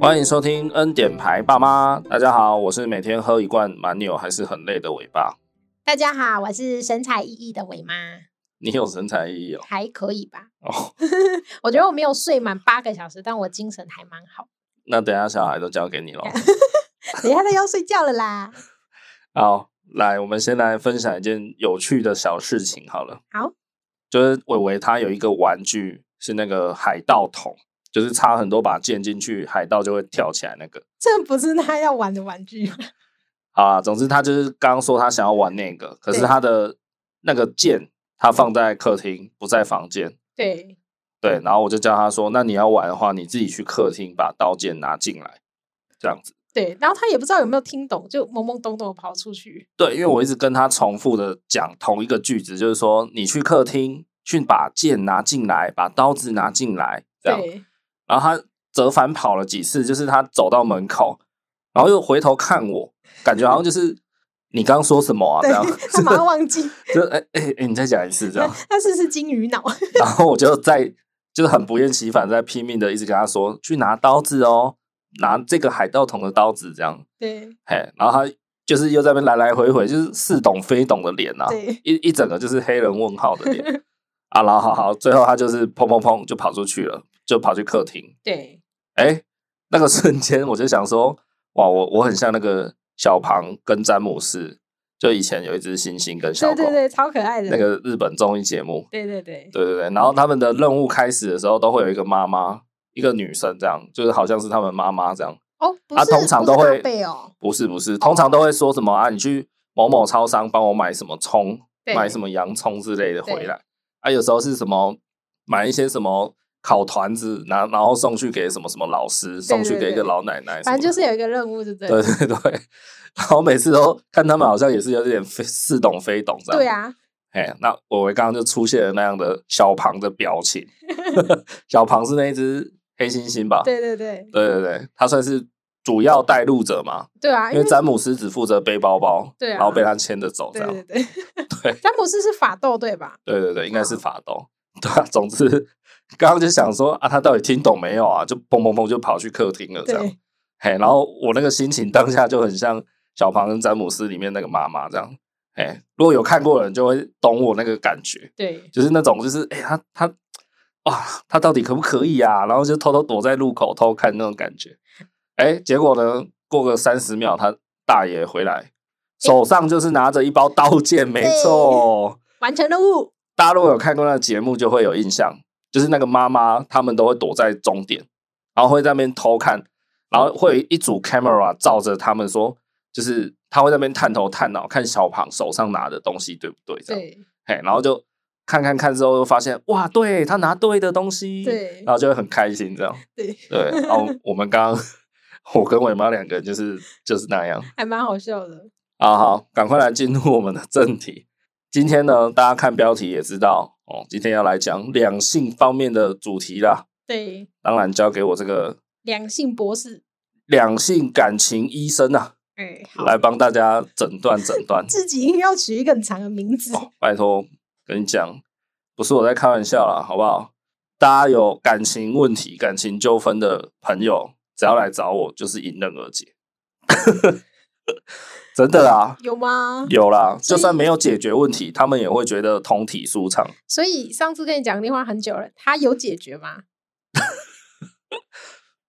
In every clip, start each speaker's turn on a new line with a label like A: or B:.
A: 欢迎收听恩典牌爸妈，大家好，我是每天喝一罐蛮牛还是很累的尾巴。
B: 大家好，我是神采奕奕的伟妈，
A: 你有神采奕奕哦，
B: 还可以吧？
A: 哦，
B: 我觉得我没有睡满八个小时，但我精神还蛮好。
A: 那等一下小孩都交给 你喽。
B: 等一下他要睡觉了啦。
A: 好，来，我们先来分享一件有趣的小事情好了。
B: 好，
A: 就是伟伟他有一个玩具是那个海盗桶，就是插很多把剑进去，海盗就会跳起来那个。
B: 这不是他要玩的玩具吗？
A: 啊，总之他就是刚刚说他想要玩那个，可是
B: 对
A: 他的那个剑他放在客厅，不在房间。
B: 对，
A: 对，
B: 嗯
A: 然后我就叫他说：“那你要玩的话，你自己去客厅把刀剑拿进来，这样子。
B: 对，然后他也不知道有没有听懂，就懵懵懂懂地跑出去。”
A: 对，因为我一直跟他重复的讲同一个句子，就是说你去客厅去把剑拿进来，把刀子拿进来，这样。
B: 对，
A: 然后他折返跑了几次，就是他走到门口，然后又回头看我，感觉好像就是你刚刚说什么啊？这样，
B: 他马上忘记，
A: 就哎哎哎，你再讲一次这样。
B: 他是不是金鱼 脑？
A: 然后我就在就是很不厌其烦，在拼命的一直跟他说去拿刀子哦，拿这个海盗桶的刀子这样，
B: 对
A: 嘿，然后他就是又在那边来来回回，就是似懂非懂的脸啊，
B: 对，
A: 一一整个就是黑人问号的脸啊，然后好好，最后他就是砰砰砰就跑出去了，就跑去客厅，
B: 对，
A: 哎，那个瞬间我就想说，哇，我我很像那个小庞跟詹姆斯，就以前有一只猩猩跟小
B: 对
A: 狗，
B: 对对，超可爱的。
A: 那个日本综艺节目，
B: 对对对，
A: 对对对，然后他们的任务开始的时候，都会有一个妈妈，一个女生这样，就是好像是他们妈妈这样。
B: 哦，不
A: 啊，
B: 是，
A: 通常
B: 不
A: 都
B: 是
A: 会
B: 靠背哦，
A: 不是不是，通常都会说什么啊，你去某某超商帮我买什么葱，
B: 对
A: 买什么洋葱之类的回
B: 对
A: 来。啊，有时候是什么买一些什么烤团子，然然后送去给什么什么老师，送去
B: 对
A: 给一个
B: 对
A: 老奶奶什么的。
B: 反正就是有一个任务，对不对？
A: 对 对对。然后每次都看他们好像也是有点非似懂非懂这样。
B: 对啊，
A: 哎，那我刚刚就出现了那样的小庞的表 情。小庞是那一只黑猩猩吧？
B: 对对对
A: 对对对他算是主要带路者嘛，
B: 对啊，
A: 因为詹姆斯只负责背包包，
B: 对啊
A: 然后被他牵着走这
B: 对
A: 样。
B: 对 对，
A: 对
B: 詹姆斯是法斗对吧？
A: 对对对，应该是法斗。对啊，总之刚刚就想说啊，他到底听懂没有啊？就砰砰砰就跑去客厅了这样。
B: 对
A: 嘿，然后我那个心情当下就很像小庞跟詹姆斯里面那个妈妈这样。哎，如果有看过的人就会懂我那个感觉。
B: 对
A: 就是那种就是哎、欸他他哇，他到底可不可以啊？然后就偷偷躲在路口偷看那种感觉。哎、结果呢，过个三十秒，他大爷回来，手上就是拿着一包刀剑，没错。
B: 完成任务。
A: 大家如果有看过那个节目，就会有印象，就是那个妈妈他们都会躲在终点，然后会在那边偷看，然后会有一组 camera 照着他们说，就是他会在那边探头探脑看小庞手上拿的东西对不对？这样。
B: 对
A: 嘿，然后就看看看之后，又发现哇，对他拿对的东西，，
B: 对
A: 然后就会很开心 这样。
B: 对，
A: 对，然后我们刚刚我跟伟妈两个人就是就是那样
B: 还蛮好笑的。
A: 啊，好，赶快来进入我们的正题。今天呢，大家看标题也知道哦，今天要来讲两性方面的主题啦。
B: 对，
A: 当然交给我这个
B: 两性博士，
A: 两性感情医生啊，
B: 哎，好，。
A: 来帮大家诊断诊断
B: 自己应该要取一个很长的名字。
A: 哦， 拜托，跟你讲，不是我在开玩笑啦，好不好？大家有感情问题、感情纠纷的朋友，只要来找我，就是迎刃而解。 真的啦，
B: 有吗？
A: 有啦，就
B: 所以
A: 算没有解决问题，他们也会觉得通体舒畅。
B: 所以上次跟你讲电话很久了，他有解决吗？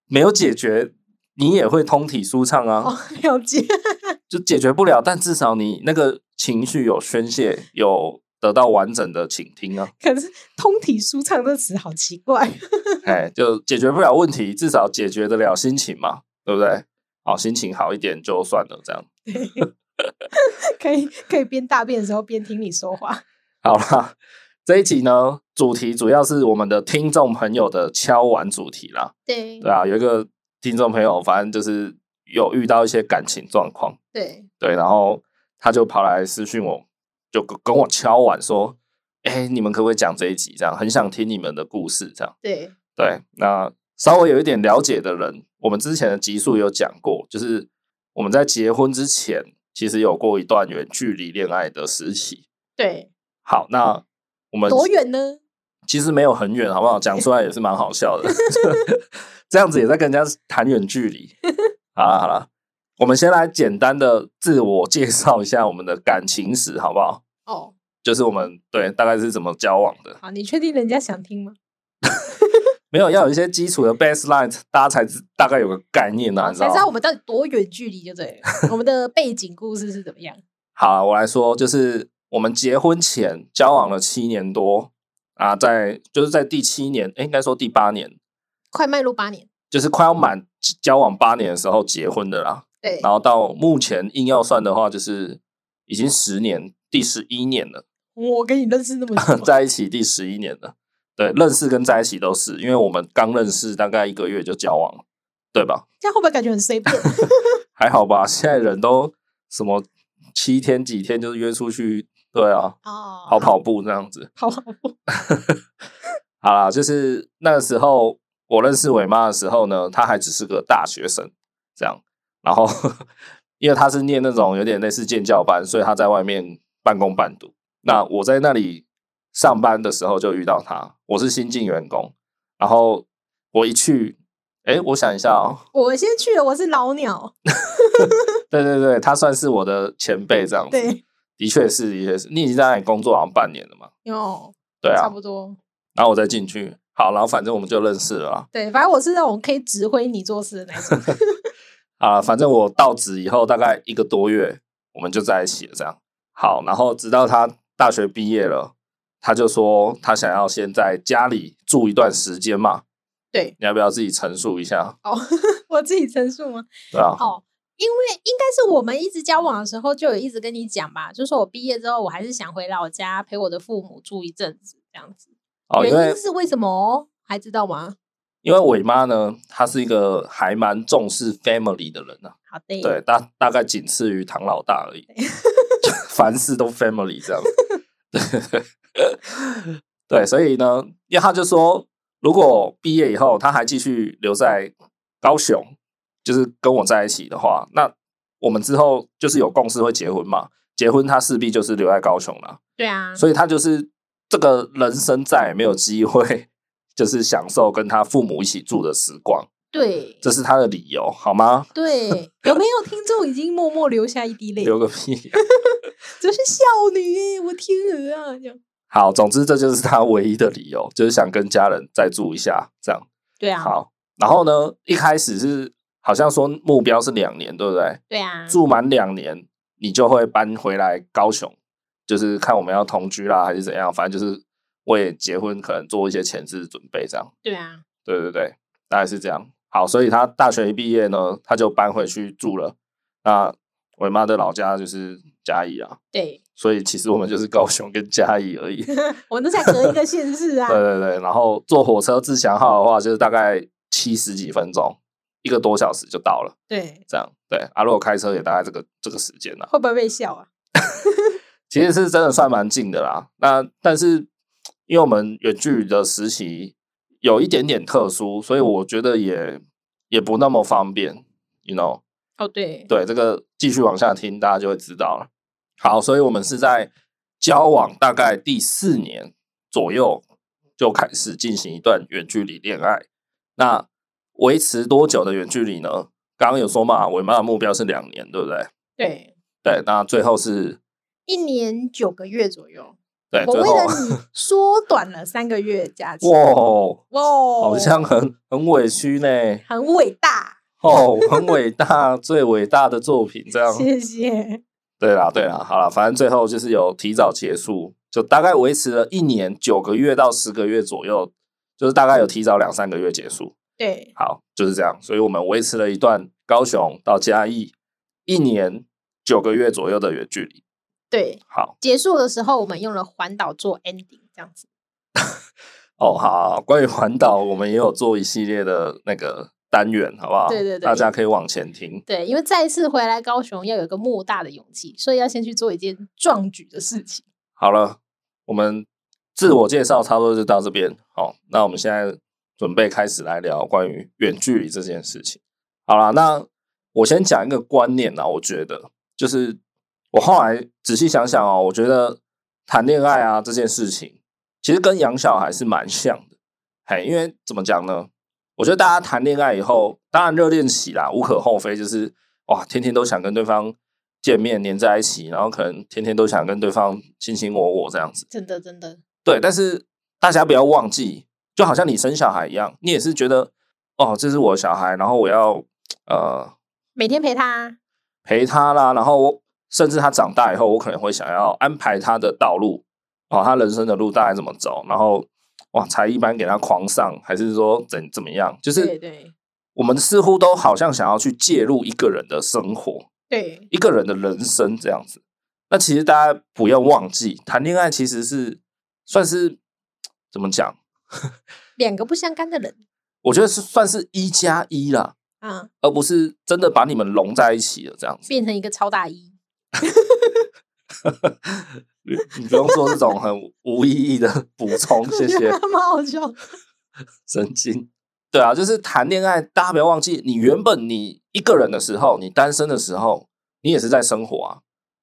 A: 没有解决，你也会通体舒畅啊。
B: 哦，了解。
A: 就解决不了，但至少你那个情绪有宣泄，有得到完整的倾听啊。
B: 可是“通体舒畅”这词好奇怪。
A: 哎，就解决不了问题，至少解决得了心情嘛，对不对？好，心情好一点就算了，这样
B: 可以可以边大便的时候边听你说话。
A: 好啦。这一集呢，主题主要是我们的听众朋友的敲完主题啦，
B: 对
A: 对啊，有一个听众朋友，反正就是有遇到一些感情状况，
B: 对
A: 对，然后他就跑来私讯我，就跟跟我敲完说，哎，你们可不可以讲这一集？这样很想听你们的故事，这样。
B: 对
A: 对，那稍微有一点了解的人，我们之前的集数有讲过，就是我们在结婚之前，其实有过一段远距离恋爱的时期。
B: 对，
A: 好，那我们
B: 多远呢？
A: 其实没有很远，好不好？讲出来也是蛮好笑的， 这样子也在跟人家谈远距离。好了好了，我们先来简单的自我介绍一下我们的感情史，好不好？
B: 哦，
A: 就是我们对大概是怎么交往的，
B: 好，你确定人家想听吗？
A: 没有要有一些基础的 baseline，大家才知大概有个概念啊，你知
B: 才
A: 道
B: 知
A: 吗
B: 道我？们到底多远距离就对 了。我们的背景故事是怎么样？
A: 好，我来说，就是我们结婚前交往了七年多啊，在就是在第七年，诶应该说第八年，
B: 快迈入八年，
A: 就是快要满交往八年的时候结婚的啦。
B: 对，
A: 然后到目前硬要算的话，就是已经十年，第十一年了，
B: 我跟你认识那么久，
A: 在一起第十一年了。对，认识跟在一起都是，因为我们刚认识大概一个月就交往了，对吧？
B: 这样会不会感觉很 随便？
A: 还好吧，现在人都什么七天几天就是约出去，对啊，
B: 哦，
A: 跑跑步这样子。
B: 好跑步，
A: 好啦，就是那个时候我认识伟妈的时候呢，她还只是个大学生，这样。然后 因为她是念那种有点类似建教班，所以她在外面半工半读。那我在那里上班的时候就遇到她，我是新进员工。然后我一去，哎，我想一下哦，
B: 我先去了，我是老鸟，
A: 对对对，她算是我的前辈这样子，
B: 对，
A: 的确是，的确是。你已经在那里工作好像半年了嘛？
B: 有
A: 对
B: 差
A: 啊，
B: 不多，
A: 然后我再进去，好，然后反正我们就认识了啊。
B: 对，反正我是那种可以指挥你做事的 那种。
A: 啊，反正我到职以后大概一个多月，我们就在一起了。这样好，然后直到他大学毕业了，他就说他想要先在家里住一段时间嘛。
B: 对，
A: 你要不要自己陈述一下？
B: 哦， 我自己陈述吗？
A: 对啊，
B: 哦，因为应该是我们一直交往的时候就有一直跟你讲吧，就说我毕业之后我还是想回老家陪我的父母住一阵子这样子。
A: 哦，因
B: 原因
A: 为
B: 是为什么？还知道吗？
A: 因为伟妈呢，她是一个还蛮重视 family 的人啊，
B: 好的，
A: 对，大大概仅次于唐老大而已，凡事都 family 这样。 对，对，所以呢，因为他就说，如果毕业以后他还继续留在高雄，就是跟我在一起的话，那我们之后就是有共识会结婚嘛，结婚他势必就是留在高雄啦，
B: 对啊，
A: 所以他就是这个人生再也没有机会，就是享受跟他父母一起住的时光，
B: 对
A: 这是他的理由，好吗？
B: 对，有没有听众已经默默流下一滴泪？
A: 留个屁呀、
B: 这是少女耶，我天鹅啊！这样
A: 好，总之这就是他唯一的理由，就是想跟家人再住一下，这样
B: 对啊，
A: 好。然后呢，一开始是好像说目标是两年，对不对？
B: 对啊，
A: 住满两年，你就会搬回来高雄，就是看我们要同居啦，还是怎样，反正就是为结婚可能做一些前置准备，这样。
B: 对啊，
A: 对对对，大概是这样。好，所以他大学一毕业呢，他就搬回去住了。那我妈的老家就是嘉义啊，
B: 对，
A: 所以其实我们就是高雄跟嘉义而已。
B: 我们都才隔一个县市啊
A: 对，对对，然后坐火车自强号的话，就是大概七十几分钟，一个多小时就到了。
B: 对，
A: 这样对，啊，如果开车也大概这个这个时间啦，
B: 会不会被笑啊？
A: 其实是真的算蛮近的啦。那但是因为我们远距离的实习有一点点特殊，所以我觉得也也不那么方便，you know。
B: 哦，对，
A: 对，这个继续往下听，大家就会知道了。好，所以我们是在交往大概第四年左右就开始进行一段远距离恋爱。那维持多久的远距离呢？刚刚有说嘛，我妈的目标是两年，对不对？
B: 对，
A: 对，那最后是，
B: 一年九个月左右，
A: 对，
B: 我
A: 哎最
B: 为
A: 后
B: 了你 缩短了三个月假期，
A: 哇，哦
B: 哇，哦
A: 好像很很委屈呢，
B: 很伟大，
A: 哦，很伟大，最伟大的作品这样。
B: 谢谢，
A: 对啦，对啦，好啦，反正最后就是有提早结束，就大概维持了一年九个月到十个月左右，就是大概
B: 嗯
A: 有提早两三个月结束。
B: 对，
A: 好，就是这样，所以我们维持了一段高雄到嘉义一年九个月左右的远距离。
B: 对，
A: 好，
B: 结束的时候我们用了环岛做 ending 这样子，
A: 哦，好，关于环岛，我们也有做一系列的那个单元，好不好？
B: 对对对
A: 大家可以往前听。
B: 对，因为再次回来高雄要有一个莫大的勇气，所以要先去做一件壮举的事情。
A: 好了，我们自我介绍差不多就到这边。好，那我们现在准备开始来聊关于远距离这件事情。好啦，那我先讲一个观念啊，我觉得就是我后来仔细想想哦，我觉得谈恋爱啊这件事情，其实跟养小孩是蛮像的，嘿，因为怎么讲呢？我觉得大家谈恋爱以后，当然热恋期啦，无可厚非，就是哇，天天都想跟对方见面，黏在一起，然后可能天天都想跟对方卿卿我我这样子。
B: 真的真的，
A: 对，但是大家不要忘记，就好像你生小孩一样，你也是觉得哦，这是我的小孩，然后我要呃
B: 每天陪他，
A: 陪他啦，然后我甚至他长大以后，我可能会想要安排他的道路哦，他人生的路大概怎么走，然后哇，才一班给他狂上，还是说怎怎么样？就
B: 对
A: 是
B: 对
A: 我们似乎都好像想要去介入一个人的生活，
B: 对，
A: 一个人的人生这样子。那其实大家不要忘记，谈恋爱其实是算是怎么讲？
B: 两个不相干的人
A: 我觉得是算是一加一啦，
B: 啊，
A: 而不是真的把你们融在一起了这 样子。
B: 变成一个超大一，，
A: 你你不用做这种很无意义的补充， 谢谢
B: 蛮好笑的。
A: 神经。对啊，就是谈恋爱，大家不要忘记，你原本你一个人的时候，你单身的时候，你也是在生活啊。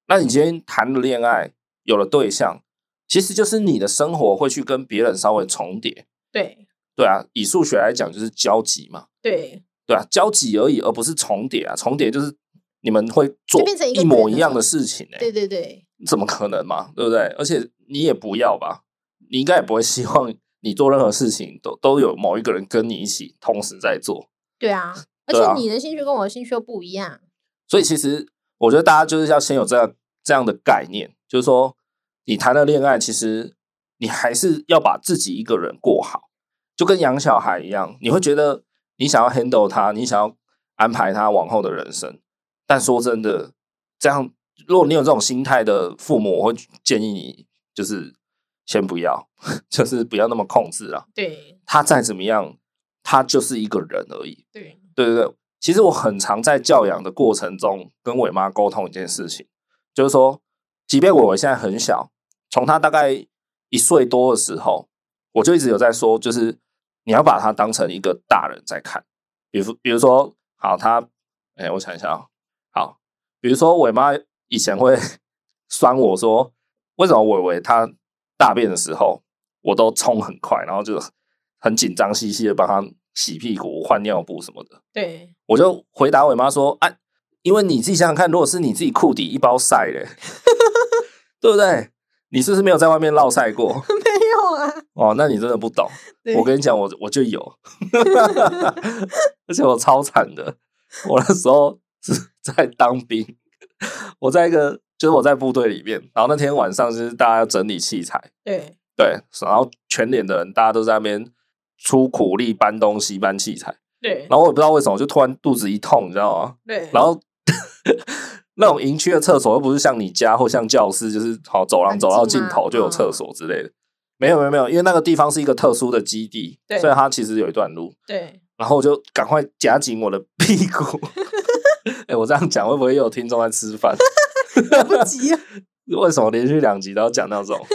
A: 那你今天谈了恋爱，有了对象，其实就是你的生活会去跟别人稍微重叠。
B: 对
A: 对啊，以数学来讲就是交集嘛，
B: 对，
A: 对啊，交集而已，而不是重叠啊。重叠就是你们会做
B: 就变成一个
A: 一模
B: 人
A: 一
B: 了
A: 样的事情、欸，
B: 对对对，
A: 怎么可能嘛？对不对？而且你也不要吧，你应该也不会希望你做任何事情都都有某一个人跟你一起同时在做。
B: 对啊，而
A: 对啊
B: 且你的兴趣跟我的兴趣又不一样，
A: 所以其实我觉得大家就是要先有这样这样的概念，就是说你谈了恋爱，其实你还是要把自己一个人过好，就跟养小孩一样，你会觉得你想要 handle 他，你想要安排他往后的人生。但说真的，这样如果你有这种心态的父母，我会建议你就是先不要， 就是不要那么控制啊。
B: 对
A: 他再怎么样，他就是一个人而已。
B: 对
A: 对对对，其实我很常在教养的过程中跟伟妈沟通一件事情，就是说，即便伟伟现在很小，从他大概一岁多的时候，我就一直有在说，就是你要把他当成一个大人在看。比如，比如说，好，他，哎、我想一下啊、好，比如说伟妈以前会 酸我说，为什么伟伟他大便的时候我都冲很快，然后就很紧张兮兮的帮他洗屁股、换尿布什么的。
B: 对，
A: 我就回答我妈说：“啊，因为你自己想想看，如果是你自己裤底一包晒嘞， 对不对？你是不是没有在外面落晒过？
B: 没有啊，
A: 哦，那你真的不懂。
B: 对
A: 我跟你讲，我我就有， 而且我超惨的。我那时候是在当兵，我在一个就是我在部队里面，然后那天晚上就是大家要整理器材，
B: 对
A: 对，然后全脸的人大家都在那边出苦力搬东西、搬器材，
B: 对
A: 然后我也不知道为什么，就突然肚子一痛，你知道吗？
B: 对，
A: 然后 那种营区的厕所又不是像你家或像教室，就是好走廊
B: 很
A: 走到尽
B: 近啊
A: 头就有厕所之类的。没有没有没有，因为那个地方是一个特殊的基地，
B: 对
A: 所以它其实有一段路。
B: 对
A: 然后我就赶快夹紧我的 屁股。哎、我这样讲会不会又有听众在吃饭？
B: 来 不及 了，
A: 为什么连续两集都要讲到这 种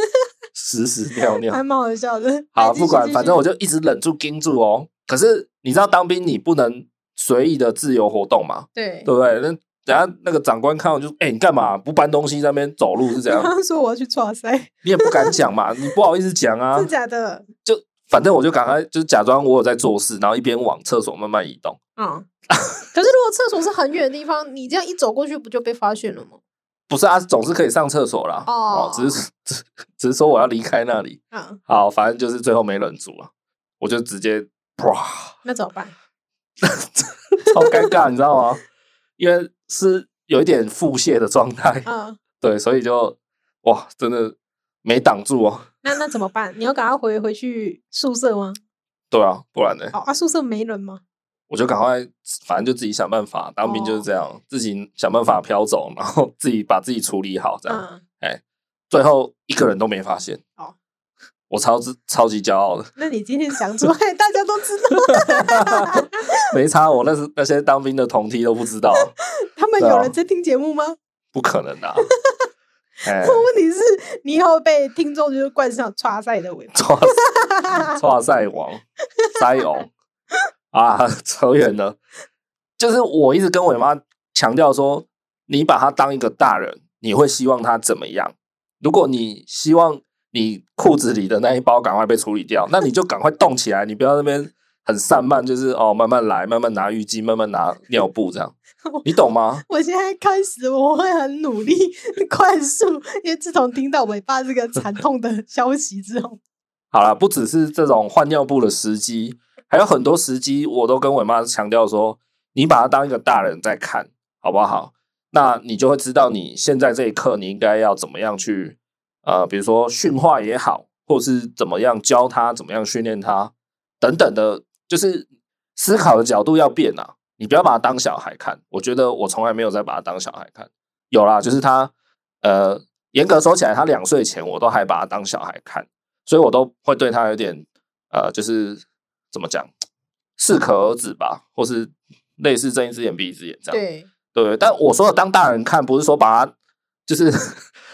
A: 屎屎尿尿
B: 还？蛮好笑的。
A: 好，
B: 来继续
A: 不管，
B: 啊继
A: 反
B: 续
A: 正我就一直忍住、盯住哦。可是你知道当兵你不能随意的自由活动嘛？
B: 对
A: 对，不对？那等下那个长官看我就，哎、你干嘛不搬东西在那边走路是怎
B: 刚
A: 样？
B: 刚说我要去抓塞，
A: 你也不敢讲嘛，你不好意思讲啊
B: 真。假的？
A: 就反正我就赶快就是假装我有在做事，然后一边往厕所慢慢移动。
B: 嗯， 可是如果厕所是很远的地方，你这样一走过去，不就被发现了吗？
A: 不是啊，总是可以上厕所啦。
B: 哦
A: 只是 只只是说我要离开那里。
B: 啊，
A: 好，反正就是最后没忍住了，我就直接哇，
B: 那怎么 办？
A: 超尴尬，你知道吗？因为是有一点腹泻的状态，
B: 嗯，
A: 对，所以就哇，真的没挡住哦。
B: 那那怎么办？你要赶快回回去宿舍吗？
A: 对啊，不然呢？
B: 哦啊，宿舍没人吗？
A: 我就赶快，反正就自己想办法。当兵就是这
B: 哦
A: 样，自己想办法飘走，然后自己把自己处理好，这样、
B: 嗯，
A: 最后一个人都没发现。
B: 哦，
A: 我超级超级骄傲的，
B: 那你今天讲出来，大家都知 道，
A: 没差。我那时那些当兵的同梯都不知道，
B: 他们
A: 对啊
B: 有人在听节目吗？
A: 不可能 的、啊。哎，
B: 问题是，你以后被听众就是冠上抓塞的尾巴。
A: 抓抓赛王塞翁啊， 扯远了。就是我一直跟我妈强调说，你把他当一个大人，你会希望他怎么样？如果你希望你裤子里的那一包赶快被处理掉，那你就赶快动起来，你不要那边很散漫，就是哦慢慢来，慢慢拿浴巾，慢慢拿尿布这样，你懂吗？
B: 我现在开始我会很努力快速，因为自从听到我爸这个惨痛的消息之后，
A: 好啦，不只是这种换尿布的时机，还有很多时机，我都跟我妈强调说，你把它当一个大人在看，好不好？那你就会知道你现在这一刻你应该要怎么样去，呃，比如说训话也好，或是怎么样教他，怎么样训练他等等的，就是思考的角度要变啊。你不要把它当小孩看，我觉得我从来没有在把它当小孩看。有啦，就是他，呃，严格说起来，他两岁前我都还把他当小孩看。所以我都会对他有点呃，就是怎么讲，适可而止吧，或是类似睁一只眼闭一只眼这样，
B: 对，
A: 对啊对。但我说的当大人看，不是说把他就是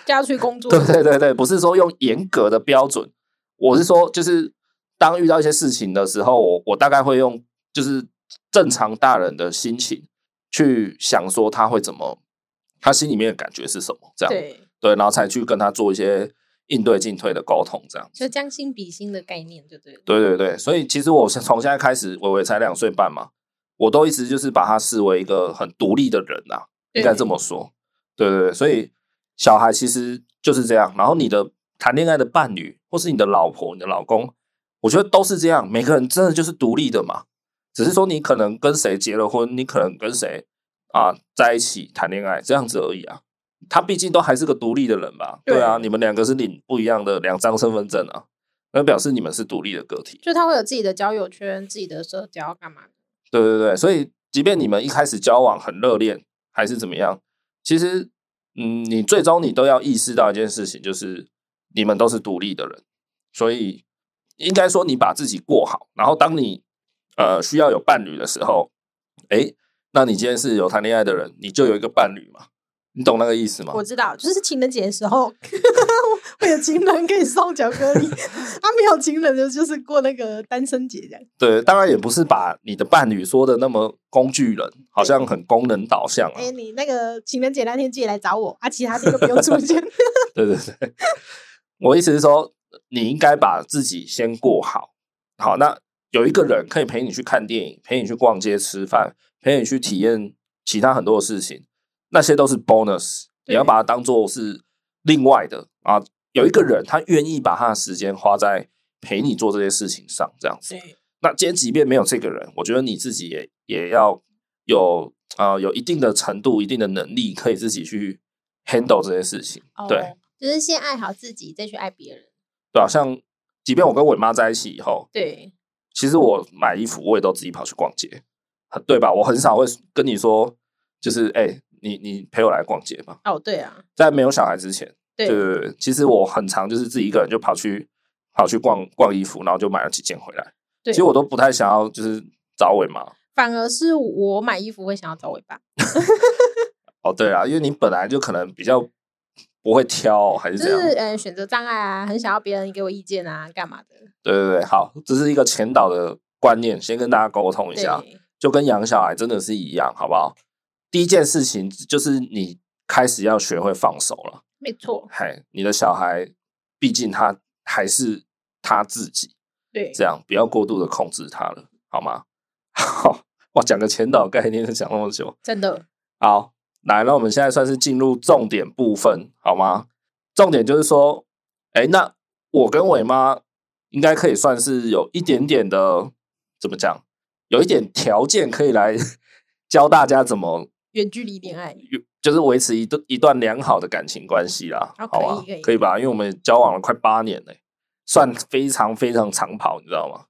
B: 就要去工作
A: 对，对对对，不是说用严格的标准，我是说就是当遇到一些事情的时候，我我大概会用就是正常大人的心情去想说他会怎么，他心里面的感觉是什么，这样
B: 对，
A: 对，然后才去跟他做一些应对进退的沟通，这样子。
B: 就将心比心的概念，就对了。
A: 对对对，所以其实我现从现在开始，伟伟才两岁半嘛，我都一直就是把他视为一个很独立的人啊，应该这么说。对对对，所以小孩其实就是这样。然后你的谈恋爱的伴侣，或是你的老婆、你的老公，我觉得都是这样。每个人真的就是独立的嘛，只是说你可能跟谁结了婚，你可能跟谁啊在一起谈恋爱这样子而已啊。他毕竟都还是个独立的人吧？对啊，
B: 对
A: 你们两个是领不一样的两张身份证啊，那表示你们是独立的个体。
B: 就他会有自己的交友圈、自己的社交，干嘛？
A: 对对对，所以即便你们一开始交往很热恋，还是怎么样，其实嗯，你最终你都要意识到一件事情，就是你们都是独立的人，所以应该说你把自己过好，然后当你呃需要有伴侣的时候，诶，那你今天是有谈恋爱的人，你就有一个伴侣嘛，你懂那个意思吗？
B: 我知道，就是情人节的时候， 会有情人可以送巧克力，啊，没有情人的就是过那个单身节这样。
A: 对，当然也不是把你的伴侣说的那么工具人，好像很功能导向啊
B: 哎、。你那个情人节那天记得来找我，啊，其他天都不用出 现。
A: 对对对，我意思是说，你应该把自己先过好。好，那有一个人可以陪你去看电影，陪你去逛街、吃饭，陪你去体验其他很多的事情，那些都是 bonus，你
B: 对
A: 要把它当做是另外的啊。有一个人他愿意把他的时间花在陪你做这些事情上，这样子。
B: 对，
A: 那今天即便没有这个人，我觉得你自己也也要有啊、有一定的程度、一定的能力，可以自己去 handle 这些事情。对，
B: 哦，就是先爱好自己，再去爱别人。
A: 对啊，像即便我跟伟妈在一起以后，
B: 对，
A: 其实我买衣服我也都自己跑去逛街，很对吧？我很少会跟你说，就是哎、你你陪我来逛街吧。
B: 哦，对啊，
A: 在没有小孩之前，
B: 对
A: 对嗯对对，其实我很常就是自己一个人就跑去跑去逛逛衣服，然后就买了几件回来。
B: 对
A: 其实我都不太想要就是找伟妈。
B: 反而是我买衣服会想要找尾巴，
A: 哦，对啊，因为你本来就可能比较不会挑，哦还是
B: 就
A: 怎样？
B: 是呃选择障碍啊，很想要别人给我意见啊，干嘛的？
A: 对对对，好，这是一个前导的观念，先跟大家沟通一
B: 对，
A: 下。就跟养小孩真的是一样，好不好？第一件事情就是你开始要学会放手了。
B: 没错，
A: 嘿，你的小孩，毕竟他还是他自己，
B: 对，
A: 这样不要过度的控制他了，好吗？ 好，哇，讲个前导概念就讲那么久，
B: 真的
A: 好，来，那我们现在算是进入重点部分，好吗？重点就是说，哎，那我跟伟妈应该可以算是有一点点的，怎么讲？有一点条件可以来 教大家怎么，
B: 远距离恋爱，
A: 就是维持一段一段良好的感情关系啦，
B: 好
A: 好吧
B: 哦可以可以？
A: 可以吧？因为我们交往了快八年嘞、算非常非常长跑，你知道吗？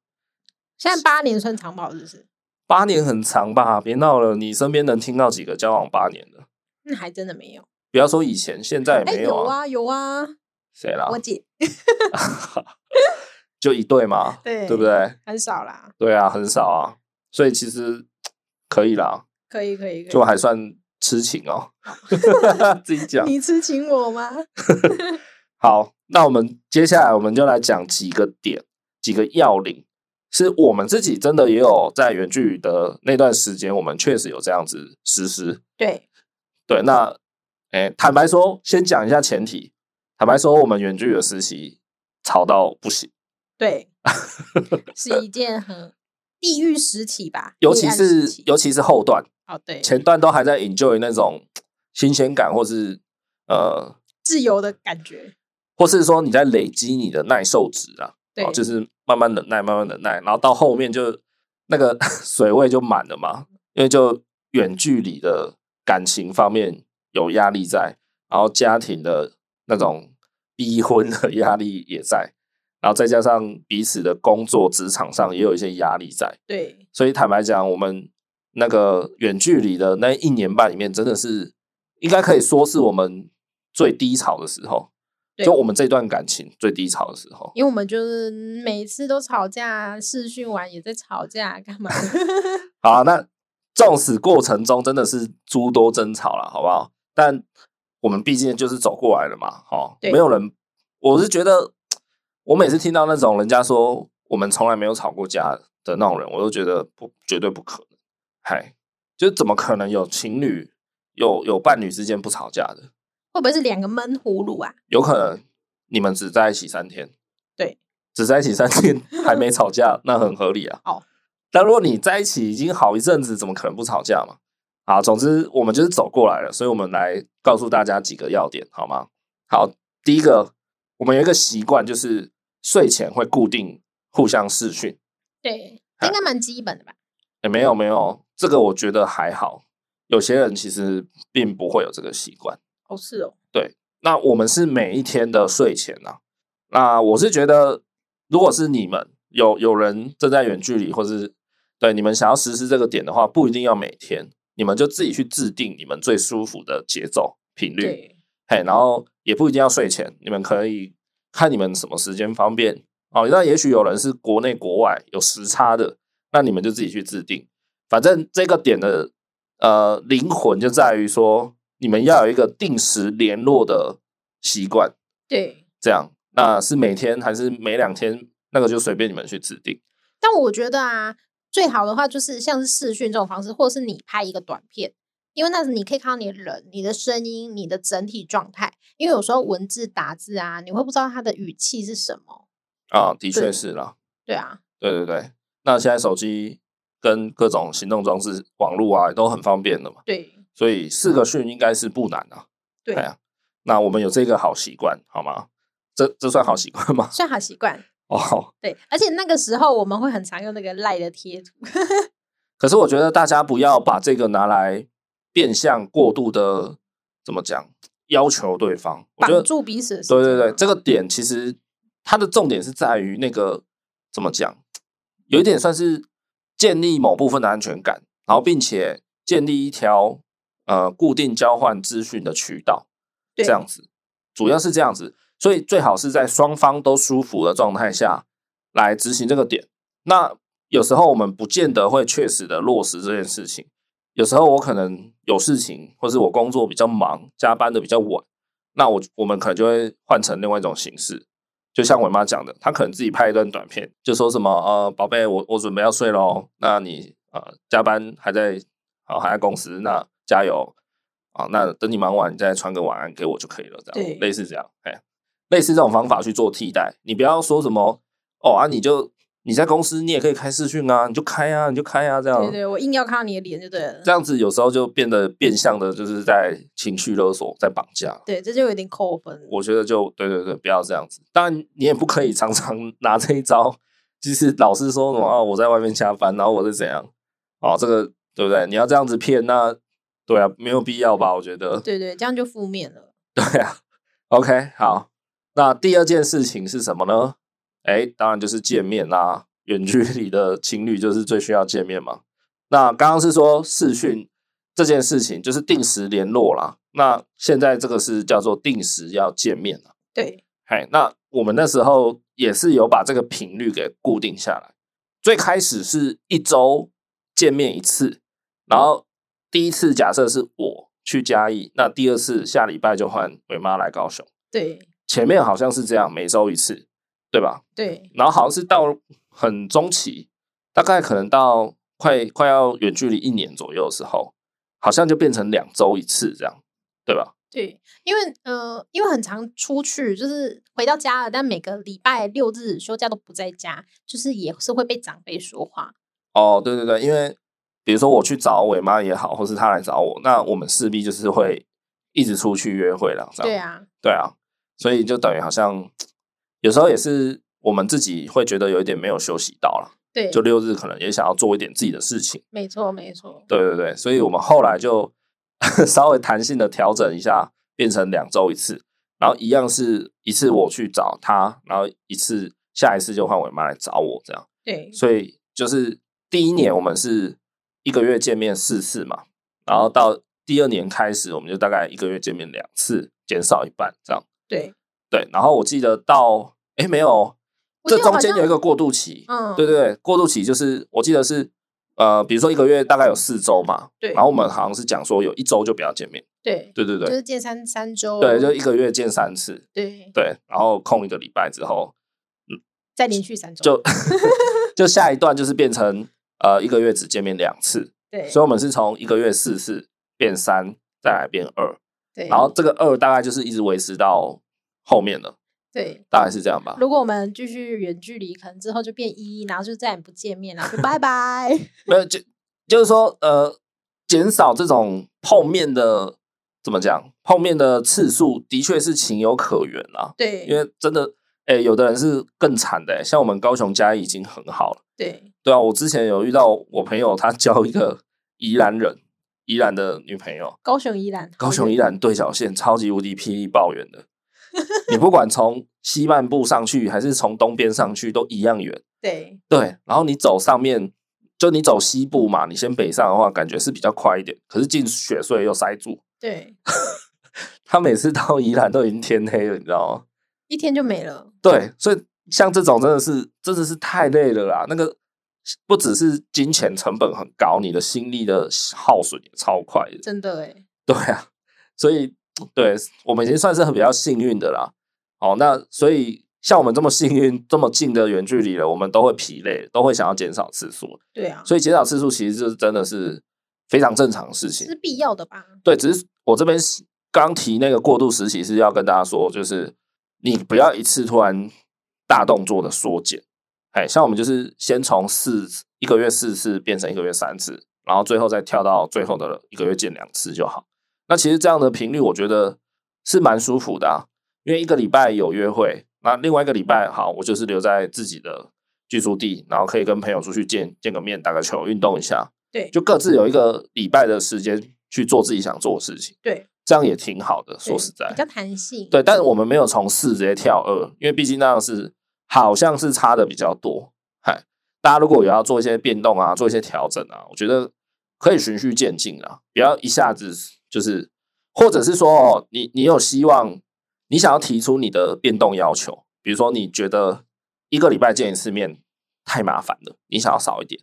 B: 现在八年算长跑是不是？
A: 八年很长吧？别闹了，你身边能听到几个交往八年的？
B: 那还真的没有。
A: 不要说以前，现在也
B: 哎、
A: 没
B: 有
A: 啊。
B: 啊有啊，
A: 谁啦？
B: 我姐
A: 就一对嘛，
B: 对
A: 不对？
B: 很少啦，
A: 对啊，很少啊，所以其实可以啦，
B: 可以可以可
A: 就
B: 以。
A: 还算痴情 哦。自己讲
B: 你痴情我吗？
A: 好，那我们接下来我们就来讲几个点，几个要领，是我们自己真的也有在远距离的那段时间，我们确实有这样子实施。
B: 对，
A: 对，那诶，坦白说，先讲一下前提。坦白说，我们远距离的实习吵到不行，
B: 对，是一件很地狱实体吧，
A: 尤
B: 黑
A: 其
B: 暗实
A: 是
B: 体
A: 尤其是后段，
B: 哦对，
A: 前段都还在 enjoy 那种新鲜感，或是呃，
B: 自由的感觉，
A: 或是说你在累积你的耐受值啊，
B: 对，
A: 哦就是慢慢忍耐，慢慢忍耐，然后到后面就那个 水位就满了嘛，因为就远距离的感情方面有压力在，然后家庭的那种逼婚的压力也在，然后再加上彼此的工作职场上也有一些压力在，
B: 对
A: 所以坦白讲，我们那个远距离的那一年半里面，真的是应该可以说是我们最低潮的时候，
B: 对，
A: 就我们这段感情最低潮的时候。
B: 因为我们就是每次都吵架，试训完也在吵架，干嘛的？
A: 好啊，那纵使过程中真的是诸多争吵了，好不好？但我们毕竟就是走过来了嘛，哦，
B: 对
A: 没有人，我是觉得，我每次听到那种人家说我们从来没有吵过架的那种人，我都觉得不绝对不可能，嗨，就是怎么可能有情侣有有伴侣之间不吵架的？
B: 会不会是两个闷葫芦啊？
A: 有可能你们只在一起三天，
B: 对，
A: 只在一起三天还没吵架，那很合理啊。
B: 哦，
A: 但如果你在一起已经好一阵子，怎么可能不吵架嘛？好，总之我们就是走过来了，所以我们来告诉大家几个要点，好吗？好，第一个，我们有一个习惯，就是睡前会固定互相视讯。
B: 对，这应该蛮基本的吧？
A: 也没有没有，这个我觉得还好。有些人其实并不会有这个习惯。
B: 哦，是哦，
A: 那我们是每一天的睡前啊。那我是觉得，如果是你们有有人正在远距离，或是对你们想要实施这个点的话，不一定要每天，你们就自己去制定你们最舒服的节奏频率，
B: 对
A: 嘿，然后也不一定要睡前，你们可以看你们什么时间方便哦。那也许有人是国内国外有时差的，那你们就自己去制定。反正这个点的呃灵魂就在于说，你们要有一个定时联络的习惯，
B: 对。
A: 这样那是每天还是每两天，那个就随便你们去制定。
B: 但我觉得啊，最好的话就是像是视讯这种方式，或者是你拍一个短片，因为那你可以看到你的人、你的声音、你的整体状态。因为有时候文字打字啊，你会不知道他的语气是什么。
A: 啊，的确
B: 对
A: 是啦，
B: 对啊，
A: 对对对。那现在手机跟各种行动装置、网络啊都很方便的嘛，
B: 对
A: 所以四个讯应该是不难啊。
B: 对，
A: 哎呀，那我们有这个好习惯，好吗？这这算好习惯吗？
B: 算好习惯。
A: 哦，
B: 对，而且那个时候我们会很常用那个赖的贴图。
A: 可是我觉得大家不要把这个拿来变相过度的怎么讲要求对方。我觉
B: 绑
A: 得
B: 住彼此的时间
A: 对
B: 啊。
A: 对对，这个点其实它的重点是在于那个怎么讲，有一点算是建立某部分的安全感，然后并且建立一条呃固定交换资讯的渠道，
B: 对
A: 这样子，主要是这样子，所以最好是在双方都舒服的状态下来执行这个点。那有时候我们不见得会确实的落实这件事情，有时候我可能有事情，或是我工作比较忙，加班的比较晚，那我我们可能就会换成另外一种形式。就像我妈讲的，她可能自己拍一段短片，就说什么呃，宝贝，我我准备要睡喽，那你呃加班还在，好、还在公司，那加油啊、那等你忙完你再传个晚安给我就可以了，这
B: 对
A: 样类似这样，哎，类似这种方法去做替代，你不要说什么哦啊，你就你在公司你也可以开视讯啊，你就开啊，你就开啊，这样
B: 对对，我硬要看到你的脸就对了
A: 这。样子有时候就变得变相的就是在情绪勒索，在绑架。
B: 对，这就有点扣分。
A: 我觉得就对对对，不要这样子。当然，你也不可以常 常拿这一招，就是老是说什么啊，我在外面加班，然后我是怎样，哦，这个对不对？你要这样子骗，那对啊，没有必要吧？我觉得
B: 对对，这样就负面了。
A: ，OK，好。那第二件事情是什么呢？哎，当然就是见面啦。远距离的情侣就是最需要见面嘛。那刚刚是说视讯这件事情，就是定时联络啦。那现在这个是叫做定时要见面啦
B: 对
A: 哎，那我们那时候也是有把这个频率给固定下来。最开始是一周见面一次，然后第一次假设是我去嘉义，那第二次下礼拜就换伟妈来高雄。
B: 对
A: 前面好像是这样，每周一次，对吧？
B: 对
A: 然后好像是到很中期，大概可能到快快要远距离一年左右的时候，好像就变成两周一次这样，对吧？
B: 对，因为呃，因为很常出去，就是回到家了，但每个礼拜六日休假都不在家，就是也是会被长辈说话。
A: 哦，对对对，因为比如说我去找伟妈也好，或是她来找我，那我们势必就是会一直出去约会了，这样
B: 对啊，
A: 对啊，所以就等于好像有时候也是我们自己会觉得有一点没有休息到了，
B: 对，
A: 就六日可能也想要做一点自己的事情，
B: 没错没错。
A: 对对对，所以我们后来就 稍微弹性的调整一下，变成两周一次，然后一样是一次我去找他，然后一次下一次就换伟妈来找我这样，
B: 对，
A: 所以就是第一年我们是一个月见面四次嘛，然后到第二年开始我们就大概一个月见面两次，减少一半这样。
B: 对，
A: 对，然后我记得到哎没有，
B: 我记
A: 这
B: 得
A: 中
B: 好
A: 间
B: 像
A: 有一个过渡期，
B: 嗯，
A: 对对对，过渡期就是我记得是呃，比如说一个月大概有四周嘛，
B: 对
A: 然后我们好像是讲说有一周就不要见面，
B: 对，
A: 对对
B: 就
A: 对，
B: 是见三三周，
A: 对，就一个月见三次，
B: 对，
A: 对，然后空一个礼拜之后，
B: 再连续三周，
A: 就 就下一段就是变成呃一个月只见面两次，
B: 对，
A: 所以我们是从一个月四次变三，再来变二，
B: 对，
A: 然后这个二大概就是一直维持到后面了，
B: 对。
A: 大概是这样吧。
B: 如果我们继续远距离，可能之后就变一，然后就再也不见面了，就 拜拜。
A: 没有，就就是说，呃，减少这种碰面的怎么讲，碰面的次数的确是情有可原啊啦。因
B: 对
A: 为真的，哎、有的人是更惨的、像我们高雄家已经很好了。
B: 对
A: 对啊，我之前有遇到我朋友，他交一个宜兰人，宜兰的女朋友，
B: 高雄依然，
A: 高雄宜兰对角线超级无敌霹雳爆远的。你不管从西半部上去，还是从东边上去，都一样远。
B: 对
A: 对，然后你走上面，就你走西部嘛，你先北上的话，感觉是比较快一点，可是进雪隧又塞住。
B: 对，
A: 他每次到宜兰都已经天黑了，你知道吗？
B: 一天就没了。
A: 对，所以像这种真的是真的是太累了啦。那个不只是金钱成本很高，你的心力的耗损也超快的。
B: 真的哎，
A: 对啊，所以对我们已经算是很比较幸运的啦。哦，那所以像我们这么幸运、这么近的远距离了，我们都会疲累，都会想要减少次数。
B: 对啊，
A: 所以减少次数其实就是真的是非常正常的事
B: 是
A: 情。
B: 必要的吧？
A: 对，只是我这边是刚提那个过渡时期是要跟大家说，就是你不要一次突然大动作的缩减。哎，像我们就是先从四一个月四次变成一个月三次，然后最后再跳到最后的一个月见两次就好。那其实这样的频率，我觉得是蛮舒服的、啊，因为一个礼拜有约会，那另外一个礼拜好，我就是留在自己的居住地，然后可以跟朋友出去见见个面，打个球，运动一下，
B: 对
A: 就各自有一个礼拜的时间去做自己想做的事情，
B: 对，
A: 这样也挺好的。说
B: 对
A: 实在
B: 比，较弹性。
A: 对，但是我们没有从四直接跳二，因为毕竟那样是好像是差的比较多。嗨，大家如果有要做一些变动啊，做一些调整啊，我觉得可以循序渐进啊，不要一下子就是，或者是说哦，你你有希望，你想要提出你的变动要求，比如说你觉得一个礼拜见一次面太麻烦了，你想要少一点，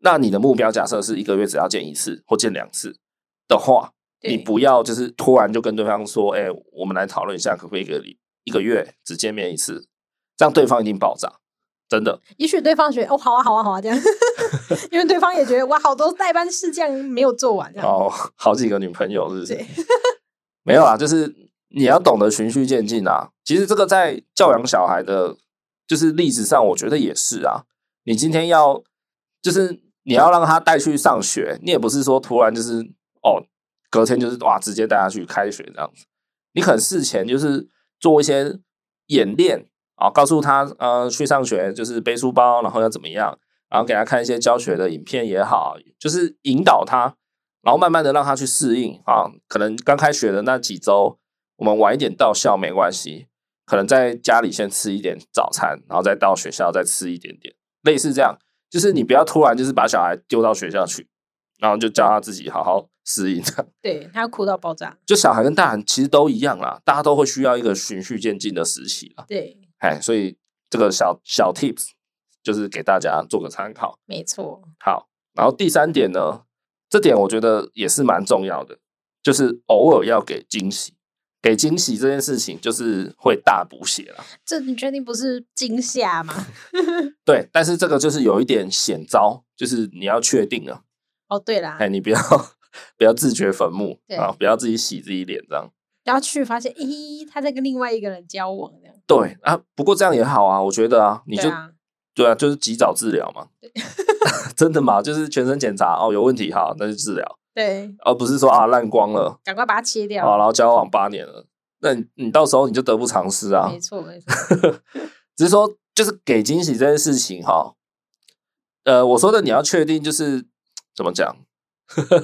A: 那你的目标假设是一个月只要见一次或见两次的话，
B: 对
A: 你不要就是突然就跟对方说，哎、我们来讨论一下，可不可以一个礼一个月只见面一次？这样对方一定爆炸，真的。
B: 也许对方觉得哦，好啊，好啊，好啊，这样， 因为对方也觉得哇，好多代班事项没有做完，这样，
A: 哦，好几个女朋友是不
B: 对
A: 是？没有啦，啊就是你要懂得循序渐进啊。其实这个在教养小孩的，就是例子上，我觉得也是啊。你今天要，就是你要让他带去上学，你也不是说突然就是哦，隔天就是哇直接带他去开学这样子。你可能事前就是做一些演练啊，告诉他呃去上学就是背书包，然后要怎么样，然后给他看一些教学的影片也好，就是引导他，然后慢慢的让他去适应啊。可能刚开学的那几周，我们晚一点到校没关系，可能在家里先吃一点早餐，然后再到学校再吃一点点，类似这样。就是你不要突然就是把小孩丢到学校去，然后就叫他自己好好适应。
B: 对他要哭到爆炸，
A: 就小孩跟大人其实都一样啦，大家都会需要一个循序渐进的时期啦。
B: 对，
A: 哎，所以这个小小 tips 就是给大家做个参考。
B: 没错，
A: 好，然后第三点呢，这点我觉得也是蛮重要的，就是偶尔要给惊喜。给惊喜这件事情就是会大补血了，
B: 这你确定不是惊吓吗？
A: 对。但是这个就是有一点险招，就是你要确定啊哎了，
B: 哦，对啦
A: 哎，，你不要不要自掘坟墓
B: 对
A: 啊，不要自己洗自己脸这样。
B: 然后去发现，咦，他在跟另外一个人交往这样。
A: 对啊，不过这样也好啊，我觉得啊，你
B: 对
A: 就
B: 啊，
A: 对啊，就是及早治疗嘛。 真的嘛，就是全身检查哦，有问题好，那就治疗，
B: 对，
A: 而不是说啊烂光了
B: 赶快把它切掉。
A: 啊，然后交往八年了，那你你到时候你就得不偿失啊
B: 没。错，没错。
A: 只是说，就是给惊喜这件事情哈，呃，我说的你要确定，就是怎么讲，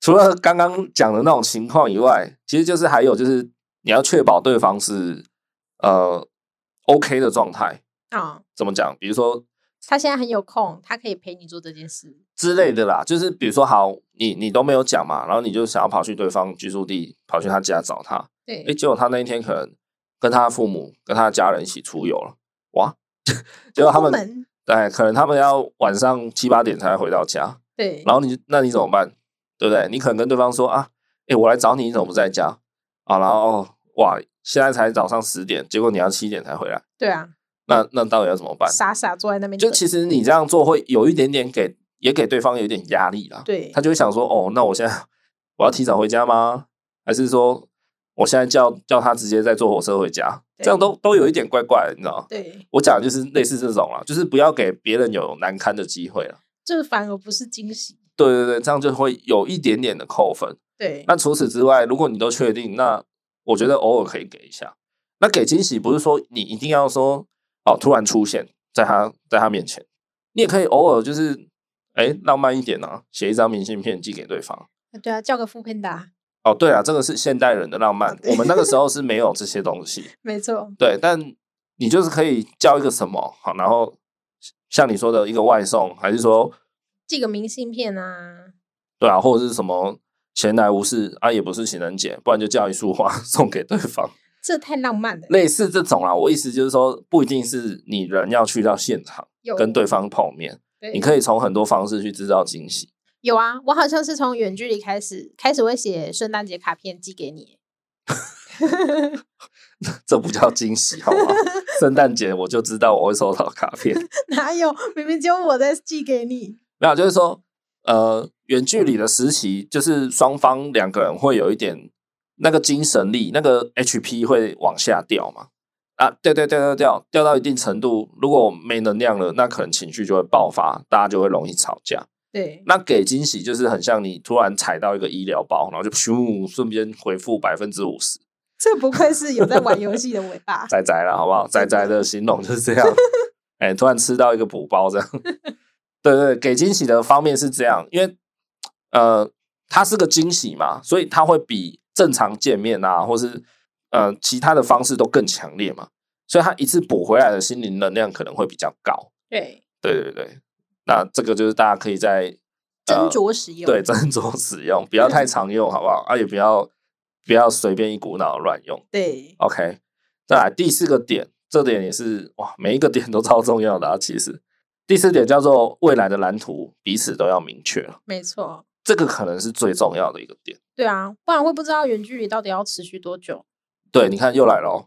A: 除了刚刚讲的那种情况以外，其实就是还有就是你要确保对方是呃 OK 的状态，
B: 啊，
A: 怎么讲？比如说
B: 他现在很有空，他可以陪你做这件事。
A: 之类的啦，就是比如说好，你你都没有讲嘛，然后你就想要跑去对方居住地，跑去他家找他，
B: 对，
A: 诶，结果他那一天可能跟他父母、跟他的家人一起出游了，哇！ 结果他们
B: 们
A: 对，可能他们要晚上七八点才回到家，
B: 对，
A: 然后你那你怎么办？对不对？你可能跟对方说啊，诶，我来找你，你怎么不在家啊？然后哦哇，现在才早上十点，结果你要七点才回来，
B: 对啊，
A: 那那到底要怎么办？
B: 傻傻坐在那边
A: 就
B: 等，
A: 其实你这样做会有一点点给，也给对方有一点压力啦。
B: 对
A: 他就会想说，哦，那我现在我要提早回家吗？还是说我现在叫叫他直接再坐火车回家？
B: 对
A: 这样都都有一点怪怪的，你知道吗？
B: 对，
A: 我讲的就是类似这种啦，就是不要给别人有难堪的机会了。
B: 这反而不是惊喜。
A: 对对对，这样就会有一点点的扣分。
B: 对，
A: 那除此之外，如果你都确定，那我觉得偶尔可以给一下。那给惊喜不是说你一定要说哦，突然出现在他在他面前，你也可以偶尔就是哎浪漫一点啊，写一张明信片寄给对方。
B: 对啊，叫个副片达，
A: 哦，对啊，这个是现代人的浪漫，
B: 对
A: 我们那个时候是没有这些东西。
B: 没错，
A: 对，但你就是可以叫一个什么好，然后像你说的一个外送，还是说
B: 寄个明信片啊，
A: 对啊，或者是什么闲来无事啊，也不是情人节，不然就叫一束花 送给对方。
B: 这太浪漫了。
A: 类似这种啦。我意思就是说，不一定是你人要去到现场
B: 有
A: 跟对方碰面，
B: 对
A: 你可以从很多方式去制造惊喜。
B: 有啊，我好像是从远距离开始，开始会写圣诞节卡片寄给你。
A: 这不叫惊喜好吗？圣诞节我就知道我会收到卡片。
B: 哪有？明明只有我在寄给你。
A: 没有，就是说，呃，远距离的时期，就是双方两个人会有一点那个精神力，那个 HP 会往下掉嘛。啊，掉掉掉掉掉，掉到一定程度，如果没能量了，那可能情绪就会爆发，大家就会容易吵架。
B: 对，
A: 那给惊喜就是很像你突然踩到一个医疗包，然后就咻，瞬间回复百分之五十，。
B: 这不愧是有在玩游戏的尾巴
A: 仔仔了，好不好？仔仔的形容就是这样，哎、突然吃到一个补包这样。对对，给惊喜的方面是这样，因为呃，它是个惊喜嘛，所以它会比正常见面啊，或是呃其他的方式都更强烈嘛，所以它一次补回来的心灵能量可能会比较高。
B: 对，
A: 对对对，那这个就是大家可以在
B: 斟酌使用。
A: 对，斟酌使用，不要太常用，好不好？啊，也不要不要随便一股脑乱用。
B: 对
A: OK，再来第四个点，这点也是哇，每一个点都超重要的啊。其实第四点叫做未来的蓝图，彼此都要明确了，
B: 没错。
A: 这个可能是最重要的一个点。
B: 对啊，不然会不知道远距离到底要持续多久。
A: 对，你看又来了、哦，